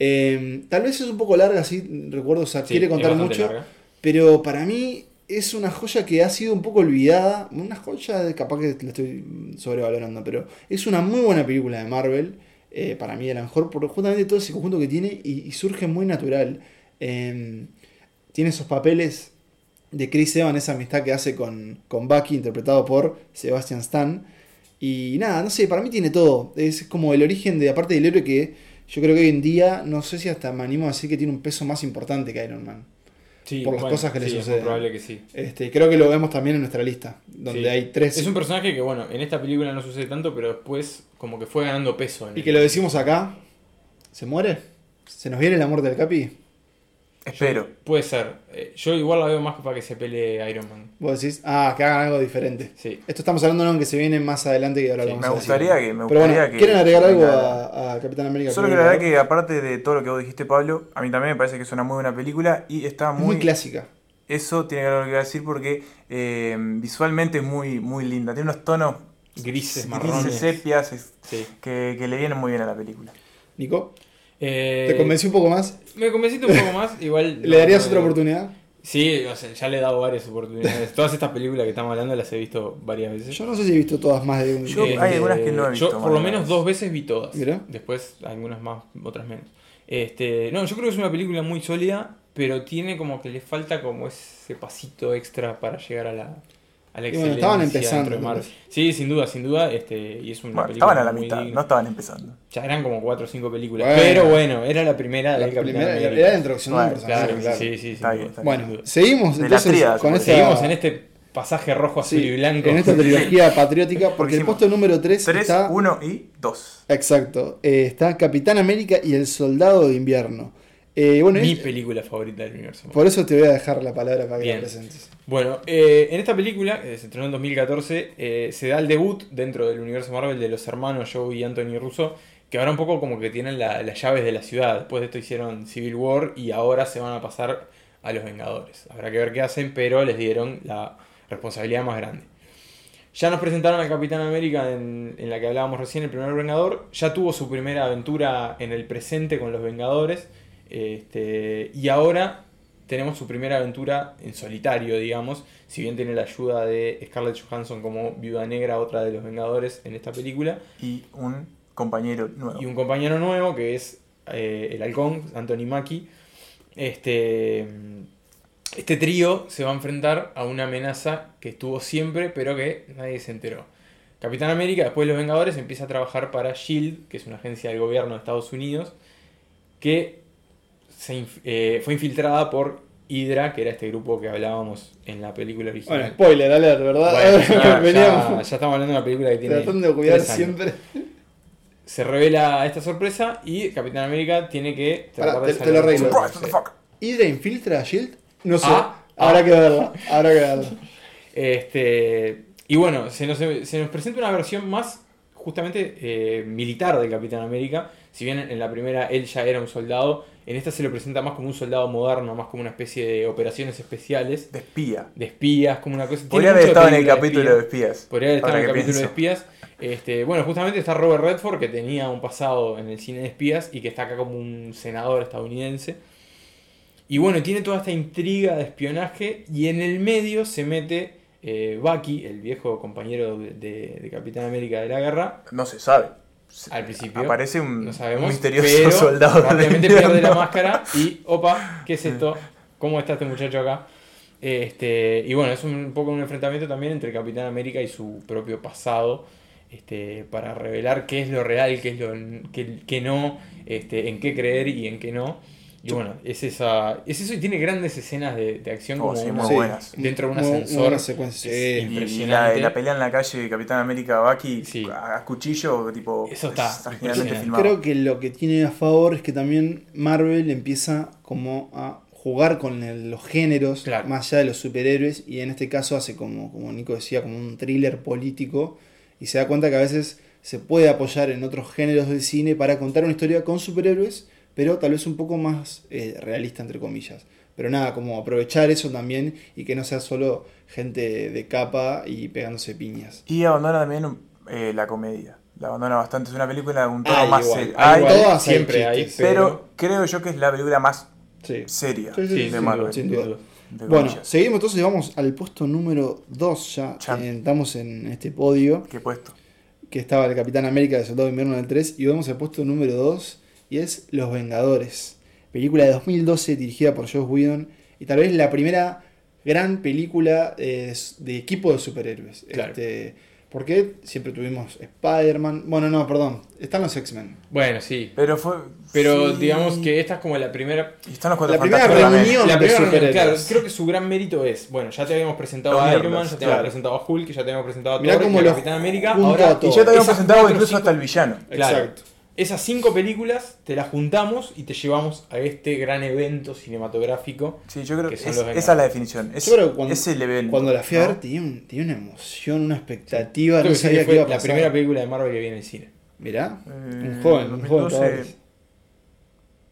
A: Eh, tal vez es un poco larga, sí, recuerdo, o sea,
B: Sí,
A: quiere
B: es
A: contar
B: bastante
A: mucho.
B: larga.
A: Pero para mí es una joya que ha sido un poco olvidada. Una joya, de- capaz que la estoy sobrevalorando, pero es una muy buena película de Marvel. eh, para mí, de la mejor, por justamente todo ese conjunto que tiene y, y surge muy natural. Eh, tiene esos papeles de Chris Evans, esa amistad que hace con, con Bucky, interpretado por Sebastian Stan. Y nada, no sé, para mí tiene todo. Es como el origen de, aparte del héroe que yo creo que hoy en día, no sé si hasta me animo a decir que tiene un peso más importante que Iron Man.
B: Sí,
A: por las cosas que le
B: sí, es muy
A: suceden.
B: probable que sí.
A: Este, creo que lo vemos también en nuestra lista, donde
B: Sí.
A: hay tres.
B: Es un personaje que, bueno, en esta película no sucede tanto, pero después como que fue ganando peso. En
A: Y
B: el-
A: que lo decimos acá. ¿Se muere? ¿Se nos viene el amor del Capi?
C: Espero.
B: Puede ser. Eh, Yo igual la veo más para que se pelee Iron Man.
A: Vos decís, ah, que hagan algo diferente.
B: Sí.
A: Esto estamos hablando de algo que se viene más adelante y ahora
B: Sí,
A: lo vamos
C: Me
A: a decir.
C: gustaría que. Me
A: Pero
C: gustaría
A: bueno,
C: que
A: ¿quieren agregar algo
C: terminara.
A: a, a Capitán América?
C: Solo que la verdad que, aparte de todo lo que vos dijiste, Pablo, a mí también me parece que es una muy buena película y está
A: Es muy,
C: muy.
A: clásica.
C: eso tiene algo que decir porque eh, visualmente es muy, muy linda. Tiene unos tonos
B: Grises,
C: grises,
B: marrones.
C: sepias es-
B: Sí.
C: que, que le vienen muy bien a la película.
A: Nico,
B: Eh,
A: ¿te convencí un poco más?
B: Me convenciste un poco más, igual...
A: ¿Le darías otra
B: oportunidad?
A: oportunidad?
B: Sí, o sea, ya le he dado varias oportunidades. Todas estas películas que estamos hablando las he visto varias veces. Este,
A: Yo no sé si he visto todas más de un.
C: Yo-
A: de-
C: hay algunas que no he visto,
B: Yo por lo
C: más
B: menos
C: o menos.
B: dos veces vi todas.
A: Mirá.
B: Después algunas más, otras menos. Este, no, yo creo que es una película muy sólida, pero tiene como que le falta como ese pasito extra para llegar a la, a la
A: Y bueno,
B: excelencia.
A: estaban empezando,
B: dentro de Marvel.
A: ¿no?
B: Sí, sin duda, sin duda. Este, y es una
C: Bueno,
B: película
C: estaban a la
B: muy
C: mitad,
B: digna.
C: no estaban empezando.
B: Ya eran como cuatro o cinco películas.
A: Bueno.
B: Pero bueno, era la primera
A: La
B: del Capitán
A: primera
B: América.
A: era la introducción de un
C: Claro,
A: personaje,
B: Claro,
A: claro.
B: sí, sí, sí.
C: Está
B: sin
C: bien,
B: duda,
C: está bien.
B: sin
A: Bueno,
B: duda.
A: seguimos
C: De la
A: entonces
C: tríada,
A: con
C: se
A: esta-
B: Seguimos en este pasaje rojo, azul
A: sí,
B: y blanco.
A: en esta trilogía patriótica, porque el
C: Hicimos
A: puesto número 3
C: 3,
A: está
C: 1 y 2.
A: Exacto. Eh, está Capitán América y el Soldado de Invierno. Eh, bueno,
B: Mi
A: es-
B: película favorita del universo.
A: por eso te voy a dejar la palabra para que
B: Bien.
A: la presentes.
B: Bueno, eh, en esta película, que se estrenó en 2014, eh, se da el debut dentro del universo Marvel de los hermanos Joe y Anthony Russo, que ahora un poco como que tienen la- las llaves de la ciudad. Después de esto hicieron Civil War y ahora se van a pasar a los Vengadores. Habrá que ver qué hacen, pero les dieron la responsabilidad más grande. Ya nos presentaron al Capitán América en, en la que hablábamos recién, el primer Vengador. Ya tuvo su primera aventura en el presente con los Vengadores. Este, y ahora tenemos su primera aventura en solitario, digamos. Si bien tiene la ayuda de Scarlett Johansson como Viuda Negra, otra de los Vengadores en esta película.
C: Y un compañero nuevo.
B: Y un compañero nuevo que es eh, el halcón, Anthony Mackie. Este, este trío se va a enfrentar a una amenaza que estuvo siempre, pero que nadie se enteró. Capitán América, después de los Vengadores, empieza a trabajar para SHIELD, E que es una agencia del gobierno de Estados Unidos, que se inf- eh, fue infiltrada por Hydra, que era este grupo que hablábamos en la película original.
A: Bueno, spoiler alert, ¿verdad?
B: Bueno, ya, ya
A: Veníamos
B: estamos hablando de una película que tiene.
A: tratando de cuidar
B: tres años
A: siempre.
B: se revela esta sorpresa y Capitán América tiene que
A: Pará,
B: tratar de
A: te- te
B: salvar
A: lo
B: a
A: arreglo.
B: todos.
C: Surprise, motherfucker.
A: ¿Hydra infiltra a Shield? No sé.
B: Ah,
A: habrá
B: ah.
A: que verla. Habrá que verla.
B: Este, y bueno, se nos, se nos presenta una versión más justamente eh, militar de Capitán América. Si bien en la primera él ya era un soldado, en esta se lo presenta más como un soldado moderno, más como una especie de operaciones especiales,
C: De espía.
B: de espías, como una cosa. tiene
C: Podría haber
B: mucho de
C: estado en el
B: película de
C: capítulo
B: espías.
C: de espías.
B: Podría haber estado
C: ahora
B: en el
C: que
B: capítulo de
C: pienso.
B: espías. Este, bueno, justamente está Robert Redford, que tenía un pasado en el cine de espías y que está acá como un senador estadounidense. Y bueno, tiene toda esta intriga de espionaje y en el medio se mete eh, Bucky, el viejo compañero de, de- de Capitán América de la guerra,
C: No se sabe. Se-
B: al principio.
C: Aparece un
B: no sabemos,
C: Mm, misterioso
B: pero
C: soldado. de Mm.
B: Rápidamente pierde la
C: invierno.
B: máscara y, opa, ¿qué es esto? ¿Cómo está este muchacho acá? Este, y bueno, es un poco un enfrentamiento también entre Capitán América y su propio pasado. Este, para revelar qué es lo real, qué es lo qué, qué no, este, en qué creer y en qué no. Y bueno, es esa. Es eso y tiene grandes escenas de, de acción
C: Oh,
B: como
C: sí,
B: una-
C: Muy buenas.
B: Dentro de un
A: Muy- muy
B: ascensor.
A: buena secuencia.
B: Es-
A: Sí.
C: Y- Y la,
B: Impresionante.
C: la pelea en la calle de Capitán América Baki
B: Sí.
C: a a cuchillo, tipo.
B: Eso está
C: genialmente
B: impresionante.
C: filmado.
A: Creo que lo que tiene a favor es que también Marvel empieza como a jugar con el- los géneros
B: Claro.
A: más allá de los superhéroes y en este caso hace como, como Nico decía, como un thriller político y se da cuenta que a veces se puede apoyar en otros géneros del cine para contar una historia con superhéroes, pero tal vez un poco más eh, realista entre comillas. Pero nada, como aprovechar eso también y que no sea solo gente de capa y pegándose piñas.
C: Y abandona también eh, la comedia. La abandona bastante. Es una película de un
B: Ah,
C: tono
A: Hay
C: más
A: igual,
C: serio.
A: hay
C: Hay,
A: igual. todas
B: siempre
A: hay
B: hay,
A: chistes,
C: pero creo yo que es la película más
A: Sí.
C: seria
A: Sí, sí, sí,
C: de
A: sin
C: Marvel.
A: duda, sin duda.
C: de
A: Bueno,
C: comillas.
A: seguimos entonces y vamos al puesto número 2 ya.
C: Ya.
A: Eh, Estamos en este podio
C: ¿Qué puesto?
A: que estaba el Capitán América de Soldado de Invierno del 3 y vemos el puesto número 2 y es Los Vengadores. Película de 2012 dirigida por Josh Whedon y tal vez la primera gran película eh, de equipo de superhéroes.
B: Claro.
A: Este, porque siempre tuvimos Spider-Man. Bueno, no, perdón. Están los X-Men.
B: Bueno, sí.
C: Pero fue.
B: Pero
C: sí.
B: digamos que esta es como la primera
C: Y están los cuatro
A: La primera
C: fantásticos también.
A: reunión.
B: La
A: de
B: primera reunión, claro,
A: superhéroes.
B: creo que su gran mérito es, bueno, ya te habíamos presentado
C: Los
B: a Iron Man,
C: miembros,
B: ya te
C: claro.
B: habíamos presentado a Hulk, ya te habíamos presentado a
A: Mirá
B: Thor,
A: cómo
B: y a
A: los
B: Capitán América,
A: junta
B: ahora
A: a
C: Y ya te habían
B: Esas
C: presentado
B: cuatro,
C: incluso
B: cinco-
C: hasta el villano.
B: Claro.
A: Exacto.
B: Esas cinco películas te las juntamos y te llevamos a este gran evento cinematográfico.
C: Sí, yo creo que
B: Que son los
C: es-
B: Vengadores.
C: esa es la definición. Es,
A: Yo creo que cuando-
C: es el evento.
A: Cuando la fui a
C: ¿no?
A: ver tenía, un- tenía una emoción, una expectativa,
B: Creo que
A: no
B: sí
A: sabía
B: que
A: qué iba a
B: fue la
A: pasar.
B: primera película de Marvel que vi en el cine.
A: Mirá,
C: Eh,
A: un joven, un joven.
C: 2012,
A: cabrón.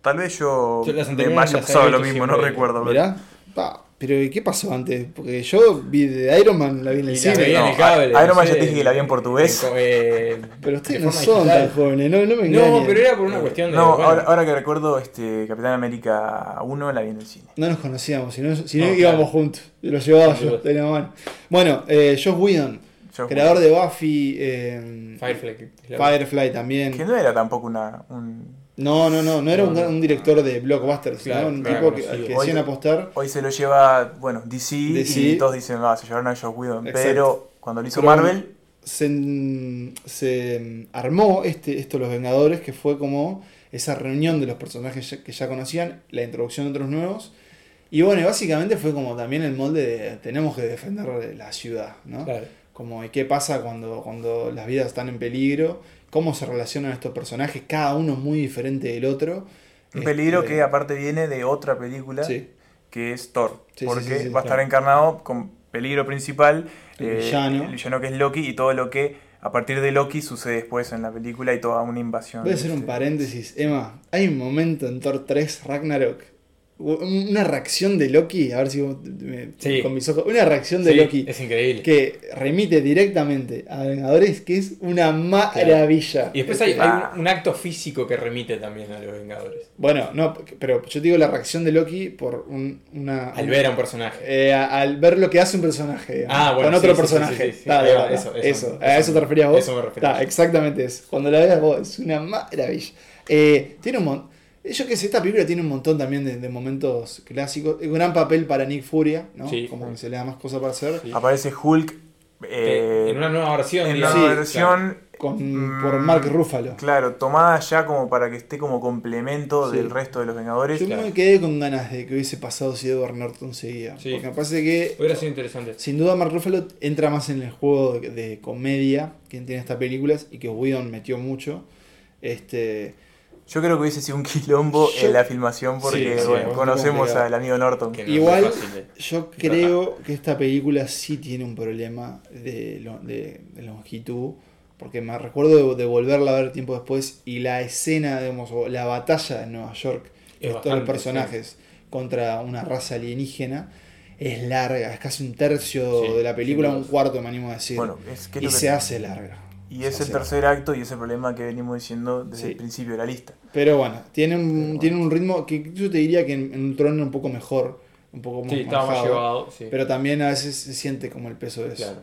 C: Tal vez yo
B: Yo las
C: me
B: anteriores
C: haya
B: las
C: pasado
B: había
C: lo
B: visto
C: mismo, no
B: siempre.
C: recuerdo. pero-
A: Mirá, pa, pero ¿y ¿qué pasó antes? Porque yo vi de Iron Man, la vi en el
B: Y la
A: cine.
B: veía en
C: no,
B: el cable,
C: Iron Man
B: no
C: ya
B: sé,
C: te dije que la vi en portugués.
B: en co- eh,
A: Pero ustedes
B: de
A: no
B: forma
A: son
B: digital.
A: tan jóvenes, no, no me engañen.
B: No, pero era por una cuestión de.
C: No,
B: bueno,
C: ahora, ahora que recuerdo, este Capitán América 1 la vi en el cine.
A: No nos conocíamos, si no, si no
B: No,
A: íbamos
B: claro.
A: juntos. Lo llevaba yo,
B: Ayuda.
A: de la mano. Bueno, eh, Josh Whedon,
C: Yo-
A: creador de Buffy, eh,
B: Firefly. que es la-
A: Firefly
C: Que
A: también.
C: no era tampoco una. un-
A: No, no, no, no era un,
B: No, no.
A: un director de blockbusters,
B: Claro,
A: ¿no? un
B: claro,
A: tipo que, al
B: conocido.
A: que decían
C: Oye.
A: apostar.
C: Hoy se lo lleva, bueno, DC,
A: DC.
C: y todos dicen, ah, se llevaron a Josh Whedon.
A: Exacto.
C: Pero cuando lo hizo
A: Pero-
C: Marvel,
A: se, se armó este, esto Los Vengadores, que fue como esa reunión de los personajes ya- que ya conocían, la introducción de otros nuevos. Y bueno, y básicamente fue como también el molde de tenemos que defender la ciudad, ¿no?
B: Claro.
A: Como ¿y qué pasa cuando, cuando las vidas están en peligro, cómo se relacionan estos personajes, cada uno es muy diferente del otro.
C: un peligro
A: Este,
C: que aparte viene de otra película.
A: Sí,
C: que es Thor.
A: Sí, sí,
C: porque
A: sí, sí,
C: va a estar
A: claro.
C: encarnado con peligro principal, eh,
A: El villano.
C: el villano que es Loki y todo lo que a partir de Loki sucede después en la película y toda una invasión.
A: Voy a hacer un
C: este,
A: paréntesis, Emma. Hay un momento en Thor 3 Ragnarok. u- Una reacción de Loki, a ver si vos me-
B: Sí.
A: con mis ojos. Una reacción de
B: Sí,
A: Loki
B: Es increíble.
A: que remite directamente a Vengadores, que es una maravilla.
B: Y después hay,
A: Este,
B: hay un, un acto físico que remite también a los Vengadores.
A: Bueno, no, pero yo te digo la reacción de Loki por un- una.
B: Al ver a un personaje.
A: Ah, Eh, a- al ver lo que hace un personaje. digamos,
B: Ah, bueno,
A: Con
B: sí,
A: otro
B: sí,
A: personaje.
B: sí, sí, sí, sí.
A: Ta,
B: Ahí va,
A: ta, ta.
B: eso, eso,
A: Eso, a eso
B: eso
A: te referías vos.
B: eso me refería
A: Ta,
B: yo.
A: exactamente eso. Cuando la veas vos, es una maravilla. Eh, tiene un montón. Yo que sé, esta película tiene un montón también de, de momentos clásicos. Un gran papel para Nick Furia, ¿no?
B: Sí.
A: Como que se le da más cosas para hacer.
B: Sí.
C: Aparece Hulk eh,
B: Que en una nueva versión.
C: en la
B: digamos.
A: sí,
C: versión,
A: Con,
C: Mm.
A: por Mark Ruffalo.
C: claro, tomada ya como para que esté como complemento
A: Sí.
C: del resto de los Vengadores.
A: Yo me quedé con ganas de que hubiese pasado si Edward Norton seguía.
B: Sí.
A: Porque me parece que
B: Hubiera sido interesante.
A: Sin duda Mark Ruffalo entra más en el juego de, de comedia que tiene estas películas y que Whedon metió mucho. Este,
C: Yo creo que hubiese sido un quilombo
A: Yo-
C: en la filmación porque
B: Sí, sí,
C: bueno,
B: muy
C: conocemos
A: complicado.
C: al amigo Norton.
B: Que no es
A: igual
B: muy fácil eh. de-
A: yo creo que esta película sí tiene un problema de, lo- de- de longitud, porque me recuerdo de, de volverla a ver tiempo después y la escena, digamos, o la batalla de Nueva York,
B: Es
A: estos los
B: bastante,
A: personajes contra una raza alienígena, es larga, es casi un tercio
B: Sí,
A: de la película,
B: sin duda.
A: un cuarto me animo a decir.
C: Bueno, es que
A: y
C: lo que-
A: se hace larga.
C: y
A: Se
C: es el
A: hace
C: tercer acto y es el problema que venimos diciendo desde
A: Sí.
C: el principio de la lista.
A: Pero bueno, tiene un, tiene un ritmo que yo te diría que en, en un trono un poco mejor, un poco más
B: Sí, estaba más
A: manejado,
B: llevado. sí.
A: Pero también a veces se siente como el peso de eso.
B: Claro.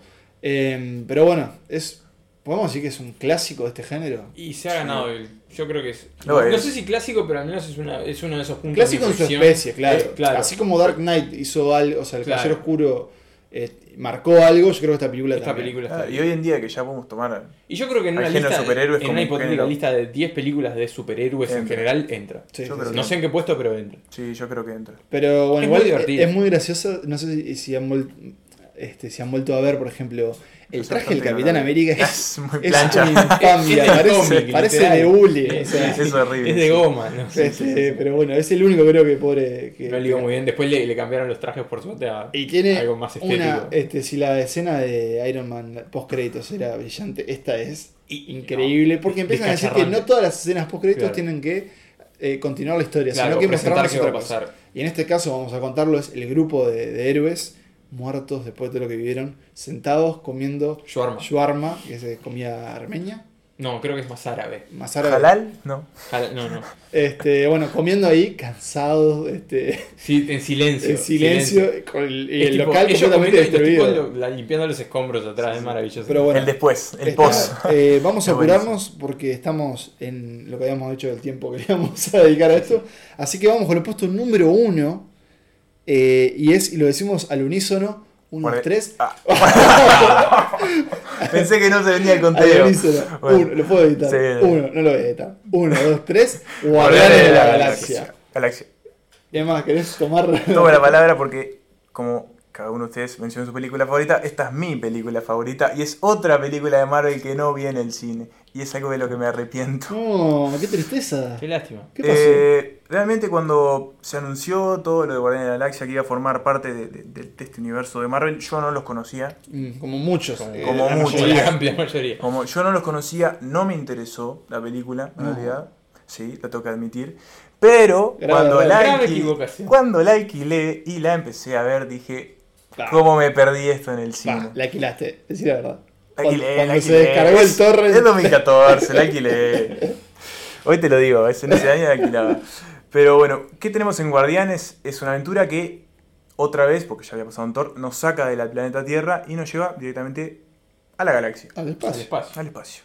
A: Eh, pero bueno, es podemos decir que es un clásico de este género.
B: Y se ha ganado el. Yo creo que es.
C: Lo
B: No,
C: es.
B: sé si clásico, pero al menos es, una, es uno de esos puntos.
A: clásico
B: de
A: en su
B: inflexión.
A: especie, claro.
B: Eh, claro.
A: Así como Dark Knight hizo algo, o sea, el
B: Claro.
A: Caballero Oscuro eh, marcó algo, yo creo que esta película
B: Esta
A: también.
B: película
C: Ah,
B: está.
C: y hoy en día que ya podemos tomar
B: Y yo creo que en
C: Hay
B: una,
C: género
B: lista,
C: de superhéroes
B: en
C: como
B: una
C: un
B: hipotética
C: género.
B: lista de 10 películas de superhéroes en
C: Entra.
B: general entra.
A: Sí,
C: Yo
A: sí,
C: creo
A: sí.
B: No sé en qué puesto, pero entra.
C: Sí, yo creo que entra.
A: Pero bueno,
B: Es
A: igual
B: muy
A: es-
B: divertido.
A: es muy gracioso. No sé si, si han, vuel- este, si han vuelto a ver, por ejemplo, el
C: Es
A: traje del
C: bastante
A: Capitán
C: grande.
A: América es
C: Es muy
A: Es
C: plancha.
A: una infamia,
B: Es de
A: parece,
B: cómic,
A: parece
B: literal.
A: de hule. o
B: Sí,
A: sea,
C: Es, es horrible.
B: Es de goma, ¿no?
A: este, Pero bueno, es el único creo que pobre que...
B: Lo ligó muy bien. Después le, le cambiaron los trajes, por suerte, a
A: Y tiene
B: algo más estético.
A: una... Este, si la escena de Iron Man post créditos era brillante, esta es
B: Y-
A: increíble. porque empiezan a decir que
B: descacharrante.
A: no todas las escenas post créditos
B: Claro.
A: tienen que eh, continuar la historia,
B: Claro,
A: sino que
B: presentar
A: mostrarnos
B: qué va a
A: otra cosa.
B: pasar.
A: Y en este caso vamos a contarlo, es el grupo de, de héroes muertos después de lo que vivieron, sentados comiendo
B: Shawarma.
A: shawarma, que es eh, comida armenia,
B: No, creo que es más árabe.
A: más árabe.
C: ¿Halal? No.
B: Jala- No, no.
A: Este, bueno, comiendo ahí, cansados, este,
B: Sí, en silencio.
A: en silencio, con el, y
B: Es
A: el
B: tipo,
A: local
B: ellos
A: completamente
B: comiendo y los
A: destruido.
B: tipos lo- la- limpiando los escombros atrás, es maravilloso.
A: Pero bueno,
C: el después, el
A: Está,
C: post.
A: eh, vamos a
C: Está buenísimo.
A: apurarnos porque estamos en lo que habíamos hecho del tiempo que le íbamos a dedicar a esto. Así que vamos con el puesto número uno. eh, y es, y lo decimos al unísono, uno,
C: Guardé-
A: tres.
C: Ah. Pensé que no se venía el
A: Al
C: conteo.
A: unísono.
C: Bueno.
A: Uno, lo puedo editar.
C: Sí.
A: Uno, no lo voy a editar. Uno, dos, tres. Guardianes de la galaxia.
C: Galaxia.
A: Y además, ¿querés tomar?
C: Tomo la palabra porque, como cada uno de ustedes mencionó su película favorita, esta es mi película favorita y es otra película de Marvel que no vi en el cine. Y es algo de lo que me arrepiento.
A: No, qué tristeza.
B: Qué lástima.
A: ¿Qué pasó?
C: Eh, realmente cuando se anunció todo lo de Guardianes de la Galaxia que iba a formar parte de, de- de- de este universo de Marvel, yo no los conocía.
A: Mm, como muchos. eh,
C: como
A: la
C: muchos.
B: Como
A: mayoría.
B: la amplia mayoría.
C: Como yo no los conocía, no me interesó la película, en
A: No.
C: realidad. Sí, la tengo que admitir. Pero
A: Grave,
C: cuando,
A: grave.
C: la
B: Grave
C: alqui-
B: equivocación.
C: cuando la alquilé y la empecé a ver, dije,
A: Pa,
C: ¿cómo me perdí esto en el cine?
A: pa, la alquilaste, decir la verdad.
C: La
A: Cuando,
C: alquilé,
A: cuando
C: la
A: se
C: alquilé.
A: descargó el torrent.
C: Es 2014, la alquilé. Hoy te lo digo, es en ese año la alquilaba. Pero bueno, ¿qué tenemos en Guardianes? Es una aventura que, otra vez, porque ya había pasado en Thor, nos saca del planeta Tierra y nos lleva directamente a la galaxia,
A: Al
B: Al
A: espacio.
B: espacio.
C: al espacio.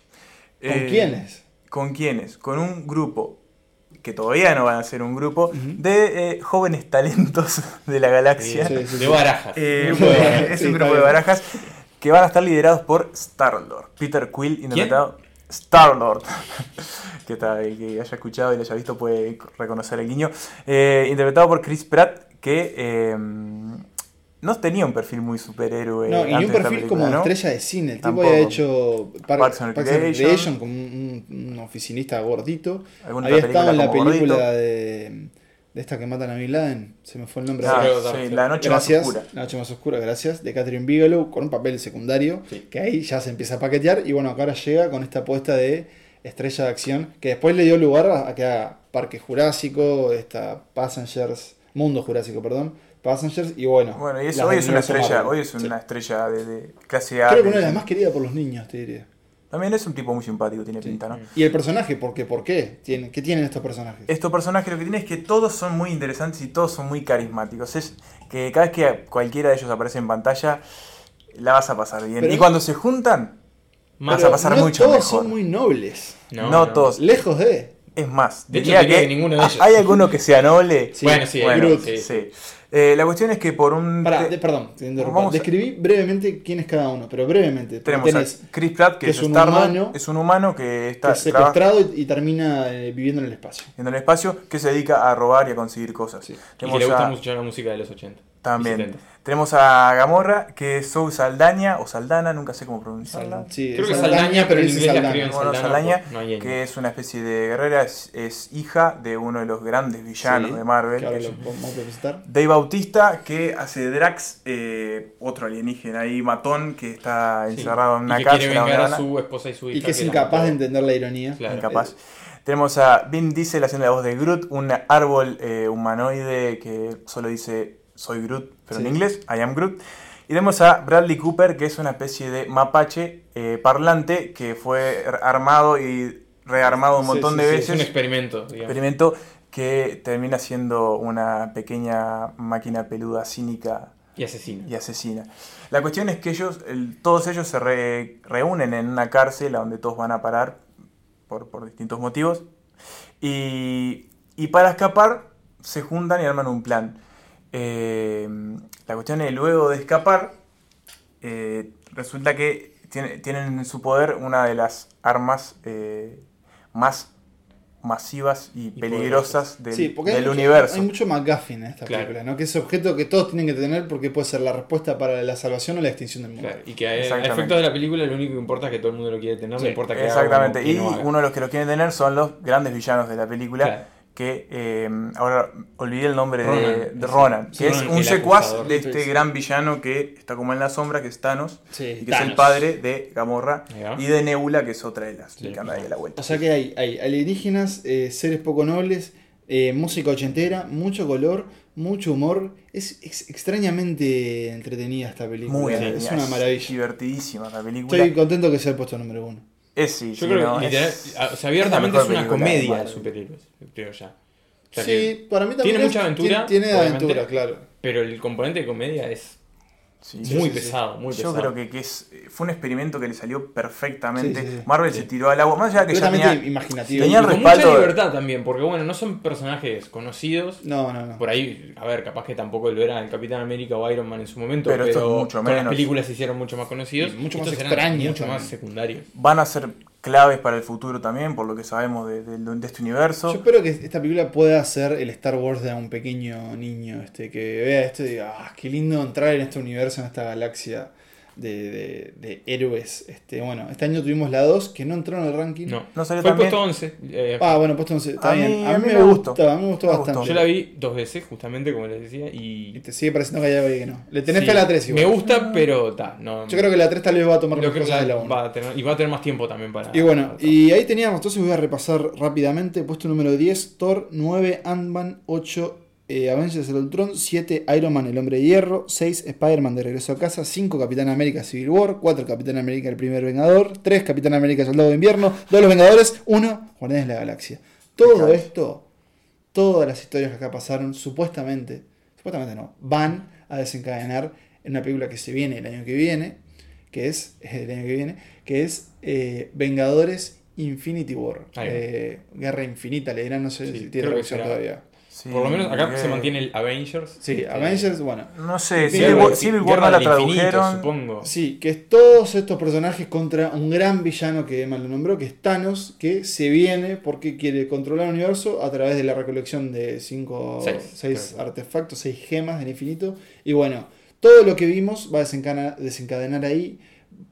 A: ¿Con
C: Eh,
A: quiénes?
C: ¿Con quiénes? Con un grupo, que todavía no van a ser un grupo, de eh, jóvenes talentos de la galaxia.
A: Sí, sí, sí.
B: De barajas.
C: Eh,
A: Sí,
C: es un
A: está
C: grupo de
A: bien.
C: barajas que van a estar liderados por Star-Lord. Peter Quill, interpretado. Star-Lord. que está, el que haya escuchado y lo haya visto puede reconocer el guiño. Eh, interpretado por Chris Pratt, que eh, no tenía un perfil muy superhéroe.
A: No, y ni
C: antes
A: un
C: de esta
A: perfil
C: película,
A: como
C: ¿no?
A: estrella de cine. El tipo
C: Tampoco.
A: había hecho Par-
C: Parks and Recreation.
A: como un, un- un oficinista gordito.
C: Alguna
A: había
C: película
A: estado en la
C: como
A: película
C: gordito.
A: de, de esta que matan a Bin Laden. Se me fue el nombre.
C: Ah,
A: ahora.
C: sí, la noche
A: gracias.
C: más oscura.
A: La noche más oscura, gracias. De Catherine Bigelow con un papel secundario. Que ahí ya se empieza a paquetear. Y bueno, acá ahora llega con esta apuesta de estrella de acción. Que después le dio lugar a, a que haga Parque Jurásico, esta Passengers, Mundo Jurásico, perdón. Passengers y bueno.
C: Bueno, y eso,
A: las
C: hoy
A: del
C: es una
A: universo
C: estrella,
A: Marvel.
C: hoy es
A: Sí.
C: una estrella de, de clase A.
A: Creo que
C: de-
A: una de las más queridas por los niños, te diría.
C: También es un tipo muy simpático, tiene
A: Sí.
C: pinta, ¿no?
A: Y el personaje, ¿por qué? ¿Por qué? ¿Tienen, ¿Qué tienen estos personajes?
C: Estos personajes lo que tienen es que todos son muy interesantes y todos son muy carismáticos. Es que cada vez que cualquiera de ellos aparece en pantalla, la vas a pasar bien.
A: Pero-
C: y cuando se juntan,
A: Pero
C: vas a pasar
A: no
C: mucho
A: todos
C: mejor.
A: son muy nobles.
C: No, todos.
A: Lejos de.
C: Es más,
B: De hecho,
C: diría
B: diría que ninguno de ellos.
C: hay alguno que sea noble.
A: Sí.
B: Bueno, sí,
C: Bueno,
B: el Groot.
C: sí. Eh, la cuestión es que por un...
A: Pará,
C: te-
A: de- perdón, te interrumpo.
C: Vamos a-
A: Describí brevemente quién es cada uno, pero brevemente. porque
C: tenemos
A: tenés
C: a Chris Pratt, que,
A: que
C: es,
A: es un
C: Star-Lord,
A: humano-
C: es un humano que
A: que
C: está
A: es secuestrado y, y termina eh, viviendo en el espacio.
C: en el espacio, que se dedica a robar y a conseguir cosas.
A: Sí. Y
B: Y
C: Tenemos
B: que le gusta
C: a-
B: mucho la música de los 80. y
C: También.
B: 70.
C: Tenemos a Gamorra, que es Sou Saldaña, o Saldana, nunca sé cómo pronunciarla.
A: Sí,
B: Creo que
A: es
B: Saldaña, pero en
A: dice
B: inglés la
A: Saldaña.
B: escriben
C: Bueno,
B: Saldaña,
C: Saldaña,
B: pues, no hay ñ.
C: que es una especie de guerrera, es, es hija de uno de los grandes villanos
A: Sí,
C: de Marvel.
A: que ahora lo vamos a presentar.
C: Dave Bautista, que hace Drax, eh, otro alienígena ahí, matón, que está
B: Sí.
C: encerrado en
B: Y
C: una
B: que
C: cárcel.
B: quiere vengar a
C: abandonada,
B: su esposa y su hija.
A: Y que es
B: la
A: incapaz
B: mató.
A: de entender la ironía. Eh,
B: Claro.
C: incapaz. Tenemos a Vin Diesel haciendo la voz de Groot, un árbol eh, humanoide que solo dice soy Groot, pero
A: Sí.
C: en inglés, I am Groot. Y tenemos a Bradley Cooper, que es una especie de mapache eh, parlante que fue ar- armado y rearmado un
A: Sí,
C: montón
A: sí,
C: de
A: sí,
B: Es
C: veces.
B: un experimento, digamos.
C: experimento que termina siendo una pequeña máquina peluda cínica
B: Y asesino.
C: y asesina. La cuestión es que ellos, el- todos ellos se re- reúnen en una cárcel a donde todos van a parar por, por distintos motivos. Y, y para escapar se juntan y arman un plan. Eh, la cuestión es, luego de escapar, eh, resulta que tiene- tienen en su poder una de las armas eh, más masivas y,
B: Y
C: peligrosas del,
A: Sí, porque hay
C: del
A: mucho-
C: universo.
A: Hay mucho McGuffin en esta
B: Claro.
A: película, ¿no? Que es objeto que todos tienen que tener porque puede ser la respuesta para la salvación o la extinción del mundo.
B: Claro, y que a, a
C: Exactamente.
B: efectos de la película lo único que importa es que todo el mundo lo quiere tener, no importa que
C: Exactamente,
B: haga o que
C: y
B: no haga.
C: uno de los que lo quieren tener son los grandes villanos de la película,
B: Claro.
C: que eh, ahora olvidé el nombre de- de,
B: Ronan.
C: Ronan,
B: Sí,
C: que es
B: Ronan,
C: un
B: el
C: secuaz
B: acusador.
C: de este gran villano que está como en la sombra, que es Thanos,
A: Sí.
C: y que es
G: Thanos.
C: el padre de Gamorra
B: Ahí va.
C: y de Nebula, que es otra de las
B: Sí.
C: que anda ahí a la vuelta.
A: O sea que hay, hay alienígenas, eh, seres poco nobles, eh, música ochentera, mucho color, mucho humor. Es ex- extrañamente entretenida esta película.
C: Muy genial,
A: es una maravilla.
C: Divertidísima la película.
A: Estoy contento que sea el puesto número uno.
C: Es sí,
B: Yo
C: sí,
B: creo
C: no,
B: que
C: es-
B: literal, o sea, abiertamente
C: la
B: es, una
C: mejor película de
B: comedia de
C: Marvel.
B: superhéroes, creo ya. O sea que-
A: Sí, para mí también.
B: tiene
A: es-
B: mucha aventura,
A: Tiene, tiene
B: obviamente.
A: aventura, claro.
B: pero el componente de comedia es
C: sí, sí,
B: muy
C: sí, sí.
B: pesado, muy
C: Yo
B: pesado.
C: creo que, que es, fue un experimento que le salió perfectamente.
A: Sí, sí, sí.
C: Marvel se tiró al agua, más allá de que ya
A: Completamente
C: tenía,
A: imaginativo.
C: tenía
B: Y con
C: respaldo-
B: mucha libertad también, porque bueno, no son personajes conocidos.
A: No, no, no.
B: Por ahí, a ver, capaz que tampoco lo eran el Capitán América o Iron Man en su momento, pero,
C: Pero esto es mucho
B: con las
C: menos.
B: películas se hicieron mucho más conocidos.
A: Y mucho
B: Estos
A: más
B: eran
A: extraños
B: Mucho más
A: también.
B: secundarios.
C: van a ser claves para el futuro también, por lo que sabemos de, de- de este universo.
A: Yo espero que esta película pueda ser el Star Wars de un pequeño niño, este, que vea esto y diga, ah, qué lindo entrar en este universo, en esta galaxia de, de- de héroes. Este, bueno, este año tuvimos la 2, que no entró en el ranking.
B: No,
C: No salió
B: fue
C: también-
B: puesto 11. eh,
A: Ah, bueno, pues entonces, está
C: A
A: bien.
C: mí-
A: a mí, me, gustó, a mí me gustó
C: Me gustó.
A: bastante.
B: yo la vi dos veces, justamente, como les decía,
A: Y
B: y...
A: te sigue pareciendo que hay algo ahí que no. Le tenés
B: sí,
A: fe a la 3 igual.
B: Me gusta, pero ta, no...
A: Yo creo que la 3 tal vez va a tomar
B: lo
A: más
B: que
A: cosas de la
B: la-
A: 1.
B: va a tener- y va a tener más tiempo también para...
A: Y bueno,
B: para-
A: y ahí teníamos, entonces voy a repasar rápidamente, puesto número 10, Thor, 9, Ant-Man, 8, eh, Avengers el Ultron, 7, Iron Man, el Hombre de Hierro, 6, Spider-Man de Regreso a Casa, 5, Capitán América Civil War, 4, Capitán América el Primer Vengador, 3, Capitán América Soldado de Invierno, 2, Los Vengadores, 1, Guardianes de la Galaxia. Todo
C: Impecable.
A: esto, todas las historias que acá pasaron, supuestamente, supuestamente no, van a desencadenar en una película que se viene el año que viene, que es el año que viene, que es eh, Vengadores Infinity War.
B: Ahí va.
A: Eh, Guerra Infinita, le dirán, no sé
B: Sí,
A: si tiene
B: creo que
A: traducción
B: será.
A: todavía.
C: Sí,
B: Por lo menos acá
C: eh,
B: se mantiene el Avengers.
A: Sí,
B: Este,
A: Avengers, bueno.
C: No sé,
A: Civil
C: Civil
A: War-
C: War, Civil War no
B: Guerra
C: la
B: del Infinito,
C: tradujeron.
B: supongo.
A: Sí, que es todos estos personajes contra un gran villano que mal lo nombró, que es Thanos, que se viene porque quiere controlar el universo a través de la recolección de 5
B: Seis,
A: 6
B: creo.
A: artefactos, 6 gemas del infinito. Y bueno, todo lo que vimos va a desencana- desencadenar ahí.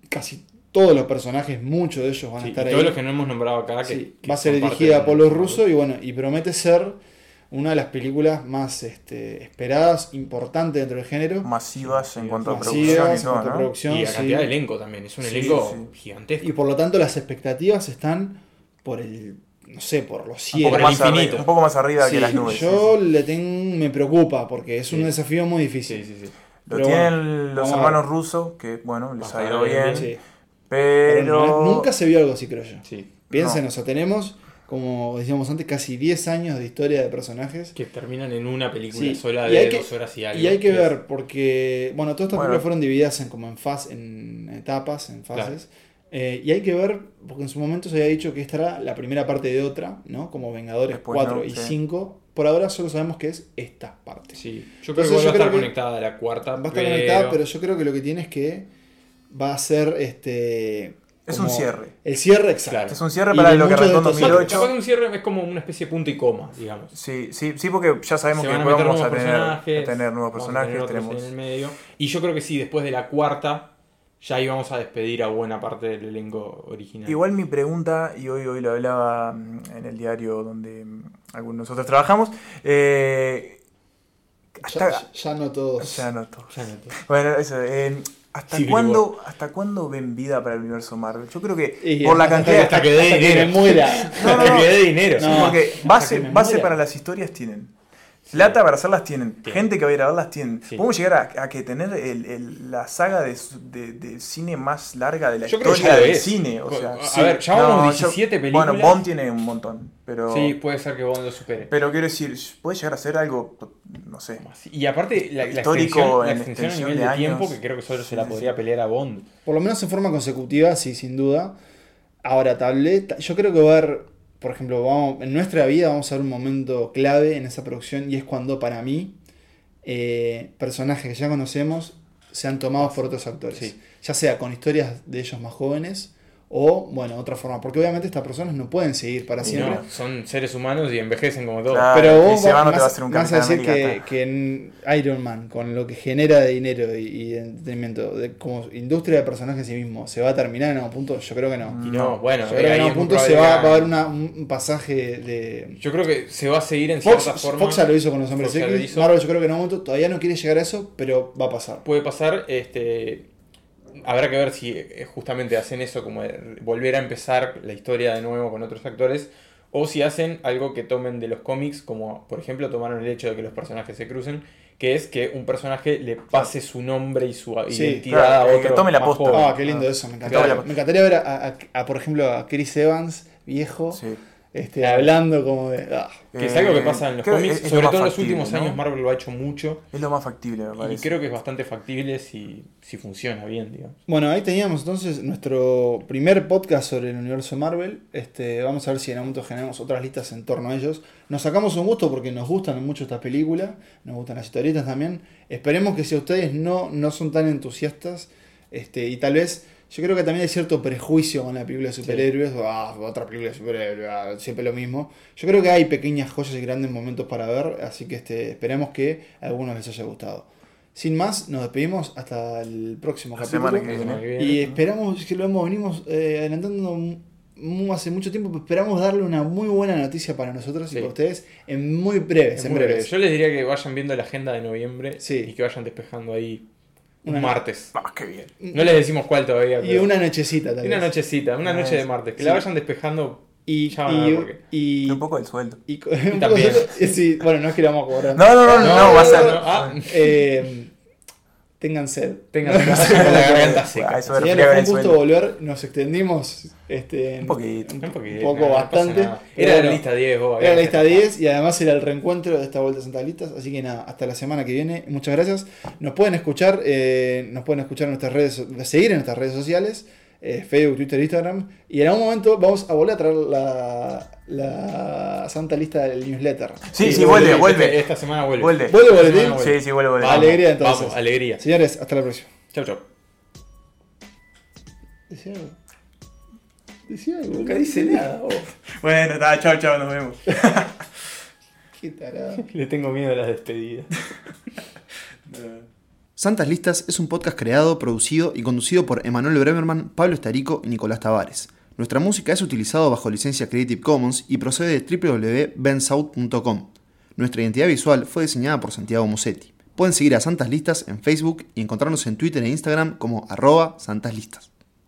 A: Casi todos los personajes, muchos de ellos van a
B: Sí, y
A: estar ahí.
B: todos los que no hemos nombrado acá. que-
A: Sí,
B: que
A: va a ser
B: son parte
A: dirigida
B: del-
A: por los rusos y bueno, y promete ser una de las películas más este, esperadas, importante dentro del género.
C: Masivas en cuanto a producción
A: Masivas,
C: y todo,
A: en cuanto a
C: ¿no?
A: producción,
B: Y la
A: sí.
B: cantidad de elenco también. Es un
C: Sí,
B: elenco
C: sí.
B: gigantesco.
A: Y por lo tanto las expectativas están por el, no sé, por los
C: Un poco,
A: cielos.
B: el
C: más
B: infinito.
C: arriba, un poco más arriba que
A: Sí,
C: las nubes.
A: yo le tengo, me preocupa porque es un
B: Sí.
A: desafío muy
B: Sí,
A: difícil.
B: sí, sí.
C: Lo
A: pero
C: tienen los
A: vamos a
C: hermanos
A: ver.
C: rusos, que bueno, les ha
B: Ajá,
C: ido bien.
B: bien,
A: Sí.
C: Pero.
A: Pero nunca se vio algo así, creo yo.
B: sí.
A: Piensen,
C: No.
A: o sea, tenemos, como decíamos antes, casi 10 años de historia de personajes.
B: Que terminan en una película
A: Sí,
B: sola
A: y hay
B: de
A: que-
B: dos horas y algo.
A: Y hay que
B: Es-
A: ver, porque, bueno, todas estas
C: Bueno.
A: películas fueron divididas en, como en, faz, en etapas, en fases. Eh, y hay que ver, porque en su momento se había dicho que esta era la primera parte de otra, ¿no? Como Vengadores
C: Después
A: 4
C: no,
A: y
C: sí.
A: 5. Por ahora solo sabemos que es esta parte.
B: Sí. Yo creo
A: Entonces,
B: que igual
A: yo
B: va a
A: creo
B: estar
A: que-
B: conectada a la cuarta.
A: Va a estar
B: pero...
A: conectada, pero yo creo que lo que tiene es que va a ser este.
C: Es
A: como
C: un cierre.
A: El cierre, exacto.
B: Claro.
C: Es un cierre
A: Y
C: para
A: de
C: lo que
A: muchos de
C: arrancó en
A: estos
B: Capaz-
C: 2008.
B: Capaz que un cierre es como una especie de punto y coma, digamos.
C: Sí, sí, sí, porque ya sabemos
B: Se
C: que
B: van a meter
C: después vamos a
B: nuevos
C: tener, a
B: personajes,
C: tener
B: vamos
C: nuevos
B: a
C: personajes.
B: tener otros
C: tenemos...
B: en el medio. Y yo creo que sí, después de la cuarta, ya íbamos a despedir a buena parte del elenco original.
C: Igual mi pregunta, y hoy, hoy lo hablaba mm, en el diario donde mm, algunos de nosotros trabajamos, eh,
A: Ya,
C: hasta,
A: ya- ya no todos.
C: ya no todo.
B: Ya no te-
C: Bueno, eso, eh, ¿hasta,
B: Civil
C: cuándo, ¿hasta cuándo ven vida para el universo Marvel? Yo creo que
A: Y
C: por la
A: hasta-
C: cantidad...
B: hasta que dé dinero.
A: me muera.
C: No, no,
B: Hasta
C: no.
B: que dé dinero.
C: Sí,
A: No,
C: porque
A: hasta
C: base,
A: que me
C: base
A: muera.
C: para las historias tienen. Plata para hacerlas tienen.
B: Tienen.
C: Gente que va a ir a verlas tienen.
B: Sí.
C: Podemos llegar a, a que tener el- el- la saga de, su- de- de cine más larga de la
B: Yo creo que
C: historia
B: ya lo
C: del
B: es.
C: cine. O
B: Co-
C: sea,
B: a ver, ya vamos 17 películas.
C: Bueno, Bond tiene un montón. Pero,
B: Sí, puede ser que Bond lo supere.
C: pero quiero decir, puede llegar a ser algo, no sé.
B: Y aparte, la, la
C: Histórico,
B: extensión, la
C: en
B: extensión a
C: extensión
B: nivel
C: de
B: de, tiempo,
C: años.
B: que creo que solo
C: Sí,
B: se la
C: sí,
B: podría
C: sí.
B: pelear a Bond.
A: Por lo menos en forma consecutiva, sí, sin duda. Ahora, tableta. Yo creo que va a haber, por ejemplo, vamos, en nuestra vida vamos a ver un momento clave en esa producción y es cuando, para mí, eh, personajes que ya conocemos sean tomados por otros actores.
B: Sí.
A: Ya sea con historias de ellos más jóvenes o, bueno, otra forma. Porque obviamente estas personas no pueden seguir para
B: Y
A: siempre.
B: no, son seres humanos y envejecen como todos.
C: Claro.
A: Pero
C: Ah,
A: vos
C: ese
A: vas,
C: vano te
A: vas-
C: va a hacer un
A: vas a
C: Capitán
A: decir que,
C: América,
A: que en Iron Man, con lo que genera de dinero y, y de entretenimiento, de- como industria de personajes en sí mismo, ¿se va a terminar en algún punto? Yo creo que
C: Mm,
A: no.
B: Y no, bueno,
A: Yo creo que en
B: ahí
A: algún
B: es muy
A: punto se
B: probable
A: va,
B: que
A: va a haber
B: hagan.
A: una- un pasaje de...
B: Yo creo que se va a seguir en
A: Fox,
B: cierta forma.
A: Fox ya lo hizo con los hombres
B: Fox ya lo
A: X.
B: hizo.
A: Marvel yo creo que en un momento todavía no quiere llegar a eso, pero va a pasar.
B: Puede pasar, este. Habrá que ver si eh, justamente hacen eso, como de volver a empezar la historia de nuevo con otros actores, o si hacen algo que tomen de los cómics, como por ejemplo tomaron el hecho de que los personajes se crucen, que es que un personaje le pase su nombre y su
A: Sí,
B: identidad
C: claro,
B: a
C: Eh, que
B: otro.
C: tome la
B: más
C: posta.
B: joven.
A: Ah, qué lindo eso, me encantaría.
C: Claro.
A: Me encantaría ver a, a- a, por ejemplo, a Chris Evans, viejo,
C: Sí.
A: este, hablando como de... ah.
B: Que es algo que pasa en los
C: Eh, creo que
B: cómics,
C: es- es lo
B: sobre
C: más
B: todo en los
C: factible,
B: últimos
C: ¿no?
B: años Marvel lo ha hecho mucho
C: Es lo más factible, me
B: y
C: parece.
B: creo que es bastante factible si, si funciona bien, digamos.
A: Bueno, ahí teníamos entonces nuestro primer podcast sobre el universo Marvel. Este, vamos a ver si en algún momento generamos otras listas en torno a ellos. Nos sacamos un gusto porque nos gustan mucho estas películas, nos gustan las historietas también. Esperemos que si ustedes no, no son tan entusiastas, este, y tal vez, yo creo que también hay cierto prejuicio con la película de superhéroes, o "Ah, otra película de superhéroes, ah, siempre lo mismo. Yo creo que hay pequeñas joyas y grandes momentos para ver, así que este, esperemos que a algunos les haya gustado. Sin más, nos despedimos hasta el próximo
C: La
A: capítulo.
C: semana que viene.
A: Y esperamos que lo hemos, venimos eh, adelantando mu- hace mucho tiempo, pero esperamos darle una muy buena noticia para nosotros y
B: Sí.
A: para ustedes en muy breves, en
B: Muy breve.
A: breves.
B: Yo les diría que vayan viendo la agenda de noviembre
A: Sí.
B: y que vayan despejando ahí un
A: Una-
B: martes.
C: Ah, qué bien.
B: No les decimos cuál todavía.
A: Y
B: pero-
A: una nochecita tal
B: y una
A: vez.
B: nochecita, una
C: Ah,
B: noche de
C: sí.
B: martes. Que
A: Sí.
B: la vayan despejando.
A: Y,
B: Ya van a ver por qué.
A: y,
C: Y
A: y,
C: un poco del sueldo.
A: y co- un poco
B: también.
A: de- sí, bueno, no es que la vamos a cobrar.
C: No, no, no, no,
B: Ah, No,
C: va a ser.
B: no, no, ah,
A: Eh, tengan sed.
B: tengan la garganta
C: Ah,
B: seca.
C: eso
A: Señores,
C: refriega
A: fue
C: el
A: un gusto
C: sueldo.
A: volver, nos extendimos este,
C: Un poquito.
A: un,
B: Un poquito,
A: poco,
B: no, no pasa
A: bastante.
B: nada.
A: pero
B: Era la
A: bueno.
B: lista 10, vos,
A: Era la
B: había
A: lista
B: que-
A: 10 y además era el reencuentro de esta vuelta a Santa Listas. Así que nada, hasta la semana que viene. Muchas gracias. Nos pueden escuchar, eh, nos pueden escuchar en nuestras redes, seguir en nuestras redes sociales, eh, Facebook, Twitter, Instagram. Y en algún momento vamos a volver a traer la, la Santa Lista del newsletter.
C: Sí, sí,
A: Eh,
C: vuelve,
B: Este-
C: vuelve.
B: Esta semana vuelve.
C: Vuelve.
A: Vuelve
B: Esta
A: boletín.
B: semana vuelve.
C: Sí, sí, vuelve, vuelve.
B: Vamos,
A: Alegría, entonces.
B: Vamos, alegría.
A: Señores, hasta la próxima.
B: Chau, chau.
A: Decía algo. Decía algo.
B: Nunca dice nada. vos.
C: Bueno, está, chao, chao, nos vemos.
A: Qué tarado.
B: Le tengo miedo a las despedidas.
A: Santas Listas es un podcast creado, producido y conducido por Emanuel Bremerman, Pablo Estarico y Nicolás Tavares. Nuestra música es utilizada bajo licencia Creative Commons y procede de www.bensout.com. Nuestra identidad visual fue diseñada por Santiago Musetti. Pueden seguir a Santas Listas en Facebook y encontrarnos en Twitter e Instagram como arroba Santas Listas.